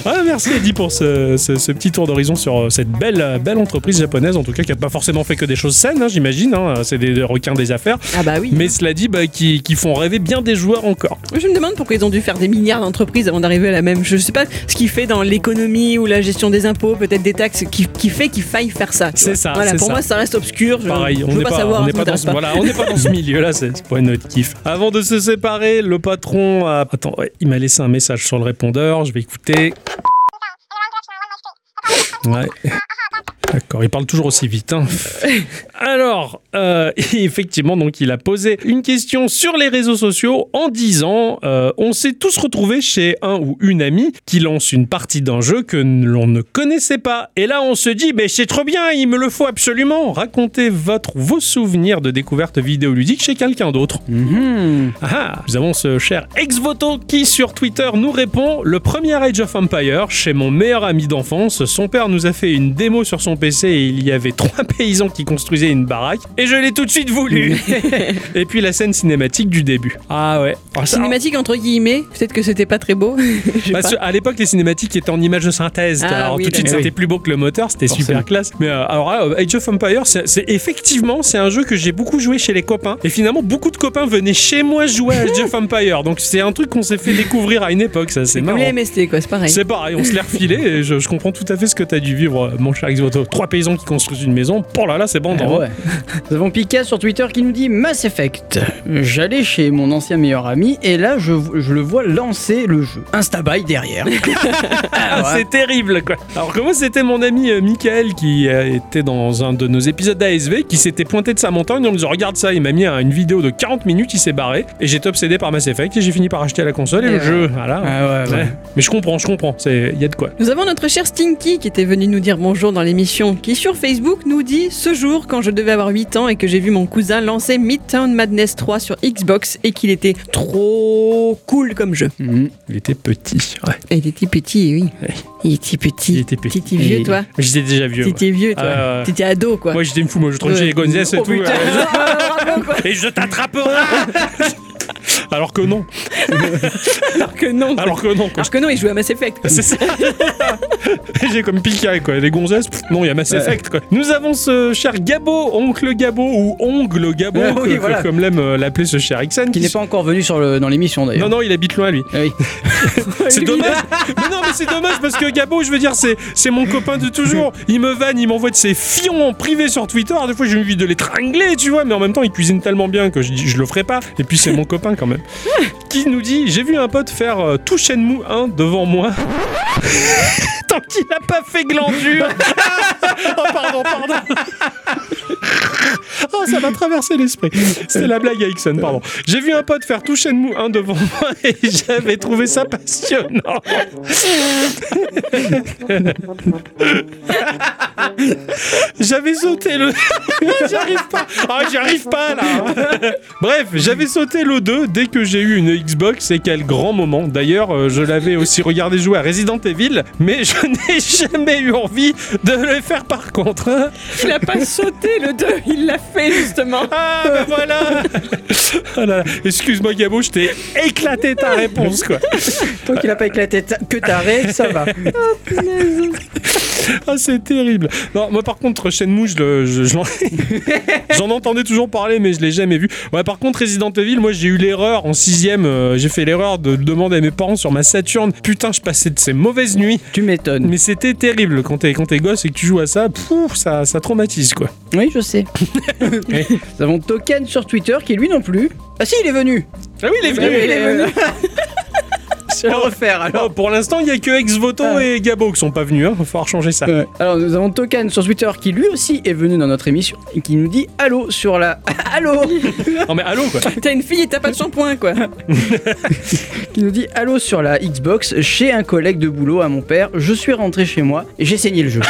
B: Ah, Merci Eddy pour ce, ce- ce petit tour d'horizon sur euh, cette belle, euh, belle entreprise japonaise en tout cas qui a pas forcément fait que des choses saines hein, j'imagine, hein. c'est des, des requins des affaires,
C: Ah bah oui.
B: mais cela dit bah, qui, qui font rêver bien des joueurs encore.
C: Je me demande pourquoi ils ont dû faire des milliards d'entreprises avant d'arriver à la même. Je sais pas ce qui fait dans l'économie ou la gestion des impôts, peut-être des taxes, qui, qui fait qu'il faille faire ça. tu
B: C'est
C: vois.
B: ça,
C: Voilà,
B: c'est
C: pour
B: ça.
C: moi, ça reste obscur. Je,
B: Pareil,
C: je
B: on
C: veux
B: n'est
C: pas,
B: pas,
C: savoir.
B: on
C: ça
B: n'est pas dans
C: m'intéresse
B: ce,
C: pas.
B: voilà, on n'est pas dans ce milieu-là, c'est c'est pas notre kiff. Avant de se séparer, le patron a... Attends, ouais, il m'a laissé un message sur le répondeur, je vais écouter. Ouais. D'accord, il parle toujours aussi vite. hein. Alors, euh, effectivement, donc il a posé une question sur les réseaux sociaux en disant euh, On s'est tous retrouvés chez un ou une amie qui lance une partie d'un jeu que n- l'on ne connaissait pas. Et là, on se dit Mais c'est trop bien, il me le faut absolument Racontez votre ou vos souvenirs de découverte vidéoludique chez quelqu'un d'autre.
D: Mhm.
B: Ah, nous avons ce cher ex-voto qui sur Twitter nous répond Le premier Age of Empire, chez mon meilleur ami d'enfance, son père nous a fait une démo sur son PC et il y avait trois paysans qui construisaient une baraque et je l'ai tout de suite voulu. et puis la scène cinématique du début. Ah ouais. Ah, ça-
C: Cinématique entre guillemets, peut-être que c'était pas très beau. Je sais
B: Bah,
C: pas.
B: ce- à l'époque, les cinématiques étaient en images de synthèse.
C: Ah
B: alors
C: oui,
B: tout de suite,
D: d'accord.
B: c'était plus beau que le moteur, c'était
D: Forcément.
B: super classe. Mais euh, alors, là, euh, Age of Empire, c'est c'est- effectivement, c'est un jeu que j'ai beaucoup joué chez les copains. Et finalement, beaucoup de copains venaient chez moi jouer à Age of Empire. Donc c'est un truc qu'on s'est fait découvrir à une époque, ça c'est marrant.
C: Comme les MST quoi, c'est pareil.
B: C'est pareil, on se l'est refilé et je, je comprends tout à fait ce que t'as dû vivre, euh, mon cher Xvoto. Trois paysans qui construisent une maison, oh là là, c'est bon.
D: Ah
B: non
D: ouais. Nous avons Pika sur Twitter qui nous dit Mass Effect. J'allais chez mon ancien meilleur ami et là je, je le vois lancer le jeu. Instabuy derrière.
B: Ah,
D: Ah ouais.
B: c'est terrible quoi. Alors que moi c'était mon ami euh, Michael qui euh, était dans un de nos épisodes d'ASV qui s'était pointé de sa montagne en me disant regarde ça, il m'a mis un- une vidéo de 40 minutes, il s'est barré et j'étais obsédé par Mass Effect et j'ai fini par acheter la console et,
C: Et
B: le
C: ouais.
B: jeu. Voilà.
D: Ah ouais, ouais.
B: Ouais. Mais je comprends, je comprends, c'est il y a de quoi.
C: Nous avons notre cher Stinky qui était venu nous dire bonjour dans l'émission, qui sur Facebook nous dit Ce jour, quand je devais avoir 8 ans et que j'ai vu mon cousin lancer Midtown Madness 3 sur Xbox et qu'il était trop cool comme jeu.
D: Mhm.
B: Il était petit. Ouais.
C: Et il était petit, oui.
B: Ouais.
C: Il était petit.
B: Il était petit.
C: T'étais vieux,
D: Et-
C: toi
B: J'étais déjà vieux. ouais.
C: T'étais vieux, toi
B: Ah, ouais.
C: T'étais ado, quoi.
B: Moi j'étais une fou, moi je tronchais
C: Ouais.
B: les gonzesses et
C: Oh,
B: tout.
C: putain. Ah,
B: ouais.
C: Bravo, quoi.
B: Et je t'attraperai Alors que non,
C: Alors que non. quoi.
B: alors que non quoi.
C: Alors que non, il jouait à Mass Effect.
B: C'est ça. J'ai comme Pika quoi. Les gonzesses, pff, non, il y a Mass
D: Ouais.
B: Effect quoi. Nous avons ce cher Gabo, oncle Gabo ou ongle Gabo,
D: Ouais,
B: que-
D: Ah oui,
B: que-
D: voilà.
B: comme l'aime euh, l'appeler ce cher Ixen.
D: Qui n'est pas encore venu sur le, dans l'émission
B: Non,
D: d'ailleurs.
B: non, il habite loin lui.
D: Ah oui.
B: C'est
C: Lui,
B: dommage. mais non, mais c'est dommage parce que Gabo, je veux dire, c'est c'est mon copain de toujours. Il me vanne, il m'envoie de ses fions en privé sur Twitter. Des fois, j'ai envie de l'étrangler, tu vois. Mais en même temps, il cuisine tellement bien que je, dis- je le ferai pas. Et puis, c'est mon copain quand même. Qui nous dit J'ai vu un pote faire euh, tout Shenmue 1 devant moi. Tant qu'il n'a pas fait glandure. oh, pardon, pardon. Oh, ça m'a traversé l'esprit. C'était la blague à Ixon, pardon. J'ai vu un pote faire tout Shenmue 1 devant moi et j'avais trouvé ça passionnant. J'avais sauté le. j'arrive pas. Ah, j'arrive pas là. Bref, j'avais sauté le 2 dès que j'ai eu une Xbox et quel grand moment. D'ailleurs, euh, je l'avais aussi regardé jouer à Resident Evil, mais je n'ai jamais eu envie de le faire par contre. hein.
C: Il a pas sauté le 2, il l'a fait justement.
B: Ah, bah voilà Oh là là. Excuse-moi, Gabo, je t'ai éclaté ta réponse, quoi.
D: Tant qu'il n'a pas éclaté ta- que ta rêve, ça va.
B: Ah, c'est terrible. Non, moi, par contre, Shenmue, je le- je- je l'en- j'en entendais toujours parler, mais je l'ai jamais vu. Ouais, par contre, Resident Evil, moi, j'ai eu l'erreur en 6ème. j'ai fait l'erreur de demander à mes parents sur ma Saturne. Putain, je passais de ces mauvaises nuits.
D: tu m'étonnes.
B: Mais c'était terrible. Quand t'es quand t'es gosse et que tu joues à ça, pouf, ça, ça traumatise, quoi.
D: Oui, je sais. Nous avons Token sur Twitter qui lui non plus. Ah si, il est venu.
B: Ah oui, les
D: Ah oui, il est venu. Je vais le refaire alors.
B: Oh, pour l'instant, il n'y a que Ex-Voto
D: Ah. Euh.
B: et Gabo qui sont pas venus. Hein. Va falloir changer ça.
D: Ouais. Alors nous avons Token sur Twitter qui lui aussi est venu dans notre émission et qui nous dit allô sur la allô
B: Non, mais allô, quoi.
C: T'as une fille et t'as pas de shampoing, quoi.
D: qui nous dit allô sur la Xbox chez un collègue de boulot à mon père. Je suis rentré chez moi et j'ai saigné le jeu.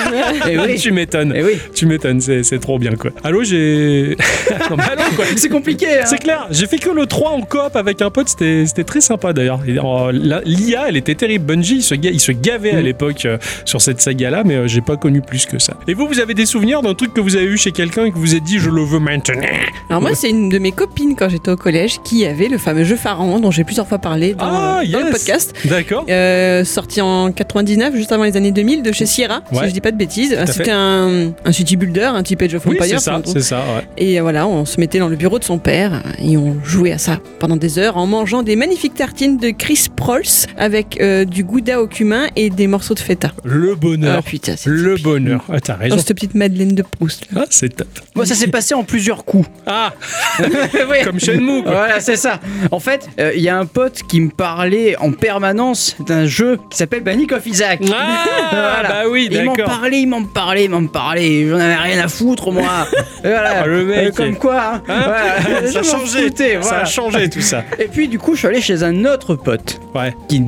D: et oui.
B: Tu m'étonnes.
D: Eh oui.
B: Tu m'étonnes, c'est c'est trop bien quoi. Allô, j'ai. non, mais allô quoi.
D: C'est compliqué. hein.
B: C'est clair, j'ai fait que le 3 en coop avec un pote, c'était c'était très sympa d'ailleurs. Et, euh, la- L'IA, elle était terrible. Bungie, il se, ga- il se gavait à
D: Mhm.
B: l'époque euh, sur cette saga-là, mais euh, j'ai pas connu plus que ça. Et vous, vous avez des souvenirs d'un truc que vous avez eu chez quelqu'un et que vous vous êtes dit, je le veux maintenant
C: Alors moi, c'est une de mes copines quand j'étais au collège qui avait le fameux jeu Pharaon dont j'ai plusieurs fois parlé dans,
B: Ah,
C: dans le
B: yes.
C: podcast,
B: D'accord
C: euh, sorti en 99, juste avant les années 2000, de chez Sierra,
B: Ouais.
C: si je dis pas de bêtises.
B: à fait.
C: C'était un, un city builder, un type Age of
B: Oui,
C: Empires,
B: c'est ça,
C: enfin,
B: c'est ça, ouais.
C: Et euh, voilà, on se mettait dans le bureau de son père et on jouait à ça pendant des heures en mangeant des magnifiques tartines de Chris Prols suisse avec euh, du gouda au cumin et des morceaux de feta.
B: Le bonheur.
C: Ah, putain, c'est
B: le
C: typique.
B: bonheur. Ah, t'as
C: Oh,
B: raison.
C: cette petite Madeleine de Proust.
B: Ah, c'est top.
D: Moi, ça s'est passé en plusieurs coups.
B: Ah,
D: Oui.
B: comme Shenmue, quoi.
D: Voilà, c'est ça. En fait, euh, il y a un pote qui me parlait en permanence d'un jeu qui s'appelle Bannick of Isaac.
B: Ah, bah oui,
D: Il m'en
B: d'accord.
D: parlait, il m'en parlait, il m'en parlait. J'en avais rien à foutre, moi. Et voilà.
B: Ah, le mec.
D: Euh, comme quoi. hein.
B: Hein
D: Voilà.
B: ça a
D: Je m'en
B: changé.
D: foutais,
B: Ça
D: voilà.
B: a changé tout ça.
D: Et puis, du coup, je suis allé chez un autre pote
B: Ouais.
D: qui.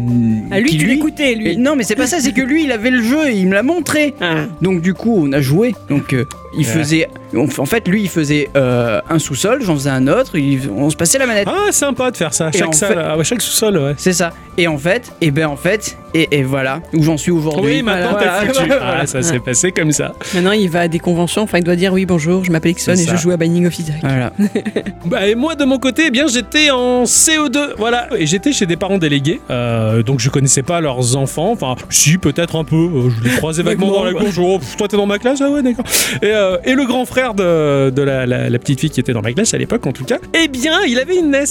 C: Ah, lui,
D: qui,
C: tu l'écoutais, lui.
D: Et Non, mais c'est pas ça, c'est que lui, il avait le jeu et il me l'a montré.
C: Ah.
D: Donc du coup, on a joué. Donc euh, il
B: Ouais.
D: faisait, on- en fait, lui, il faisait euh, un sous-sol, j'en faisais un autre, il- on se passait la manette.
B: Ah, sympa de faire ça. à
D: Et
B: Chaque
D: en
B: salle,
D: fait-
B: ah, ouais, chaque sous-sol, ouais.
D: C'est ça. Et en fait, et ben en fait, et, et voilà où j'en suis aujourd'hui.
B: Oui, maintenant
D: Voilà,
B: t'as
D: voilà,
B: foutu.
D: voilà.
B: Ah, ça s'est passé comme ça.
C: Maintenant, il va à des conventions, enfin, il doit dire oui, bonjour, je m'appelle Ixon
B: C'est
C: et
B: ça. Ah.
C: je joue à Binding of Isaac.
D: Voilà.
B: Bah, et moi de mon côté, eh bien j'étais en CO2, voilà, et j'étais chez des parents délégués, euh, donc je connaissais pas leurs enfants, enfin si peut-être un peu, euh, je les croisais vaguement dans la
C: Vaguement,
B: cour, je oh, pff, toi t'es dans ma classe, ah ouais d'accord. Et, euh, et le grand frère de, de la, la- la petite fille qui était dans ma classe à l'époque en tout cas, eh bien il avait une NES.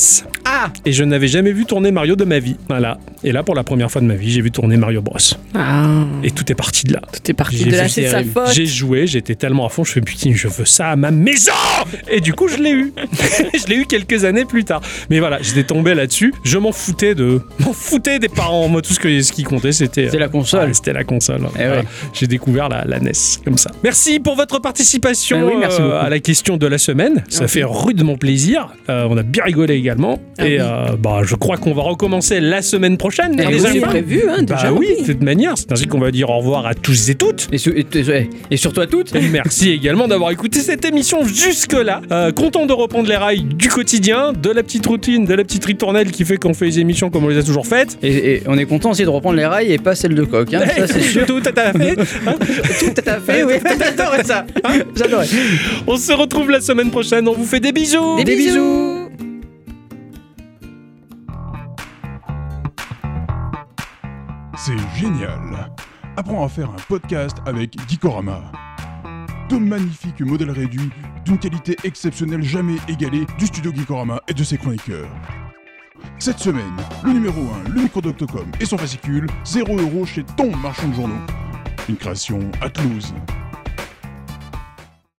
B: Ah Et je n'avais jamais vu tourner Mario de ma vie, voilà. Et là pour la première fois de ma vie, j'ai vu tourner Mario Bros.
C: Ah,
B: Et tout est parti de là.
C: tout est parti
B: J'ai
C: de
B: vu
C: là,
B: ces
C: c'est sa
B: rêves.
C: faute.
B: J'ai joué, j'étais tellement à fond, je fais putain, je veux ça à ma maison Et du coup, je l'ai eu. je l'ai eu quelques années plus tard. Mais voilà, j'étais tombé là-dessus. Je m'en foutais de, m'en foutais des parents. Moi, tout ce, que, ce qui comptait, c'était.
D: C'est
B: euh,
D: la console.
B: ouais, c'était la console.
D: Eh
B: Voilà.
D: ouais.
B: J'ai découvert la, la NES comme ça. Merci pour votre participation euh,
D: Ah oui, merci beaucoup.
B: à la question de la semaine. Ça fait rudement plaisir. Euh, on a bien rigolé également.
C: Ah
B: Et
C: oui. Eh
B: euh, bah, je crois qu'on va recommencer la semaine prochaine.
D: Ah
B: les
D: oui,
C: c'est
B: enfants.
C: prévu, hein,
B: Bah
C: déjà,
B: oui,
C: oui.
B: de toute manière. C'est ainsi qu'on va dire au revoir à tous et toutes.
D: Et, sur- et- et- et surtout à toutes.
B: Merci également d'avoir écouté cette émission jusque-là. Euh, content de reprendre les rails du quotidien, de la petite routine, de la petite ritournelle qui fait qu'on fait les émissions comme on les a toujours faites.
D: Et, et on est content aussi de reprendre les rails et pas celle de coq. Hein. Ça, c'est sûr.
B: Tout à fait.
D: Tout à fait. Oui. J'adorais ça. hein. J'adorais.
B: On se retrouve la semaine prochaine. On vous fait des bisous.
C: Des bisous.
F: C'est génial Apprends à faire un podcast avec Geekorama. De magnifiques modèles réduits, d'une qualité exceptionnelle jamais égalée du studio Geekorama et de ses chroniqueurs. Cette semaine, le numéro 1, le micro d'Octocom et son fascicule, 0€ chez ton marchand de journaux. Une création à Toulouse.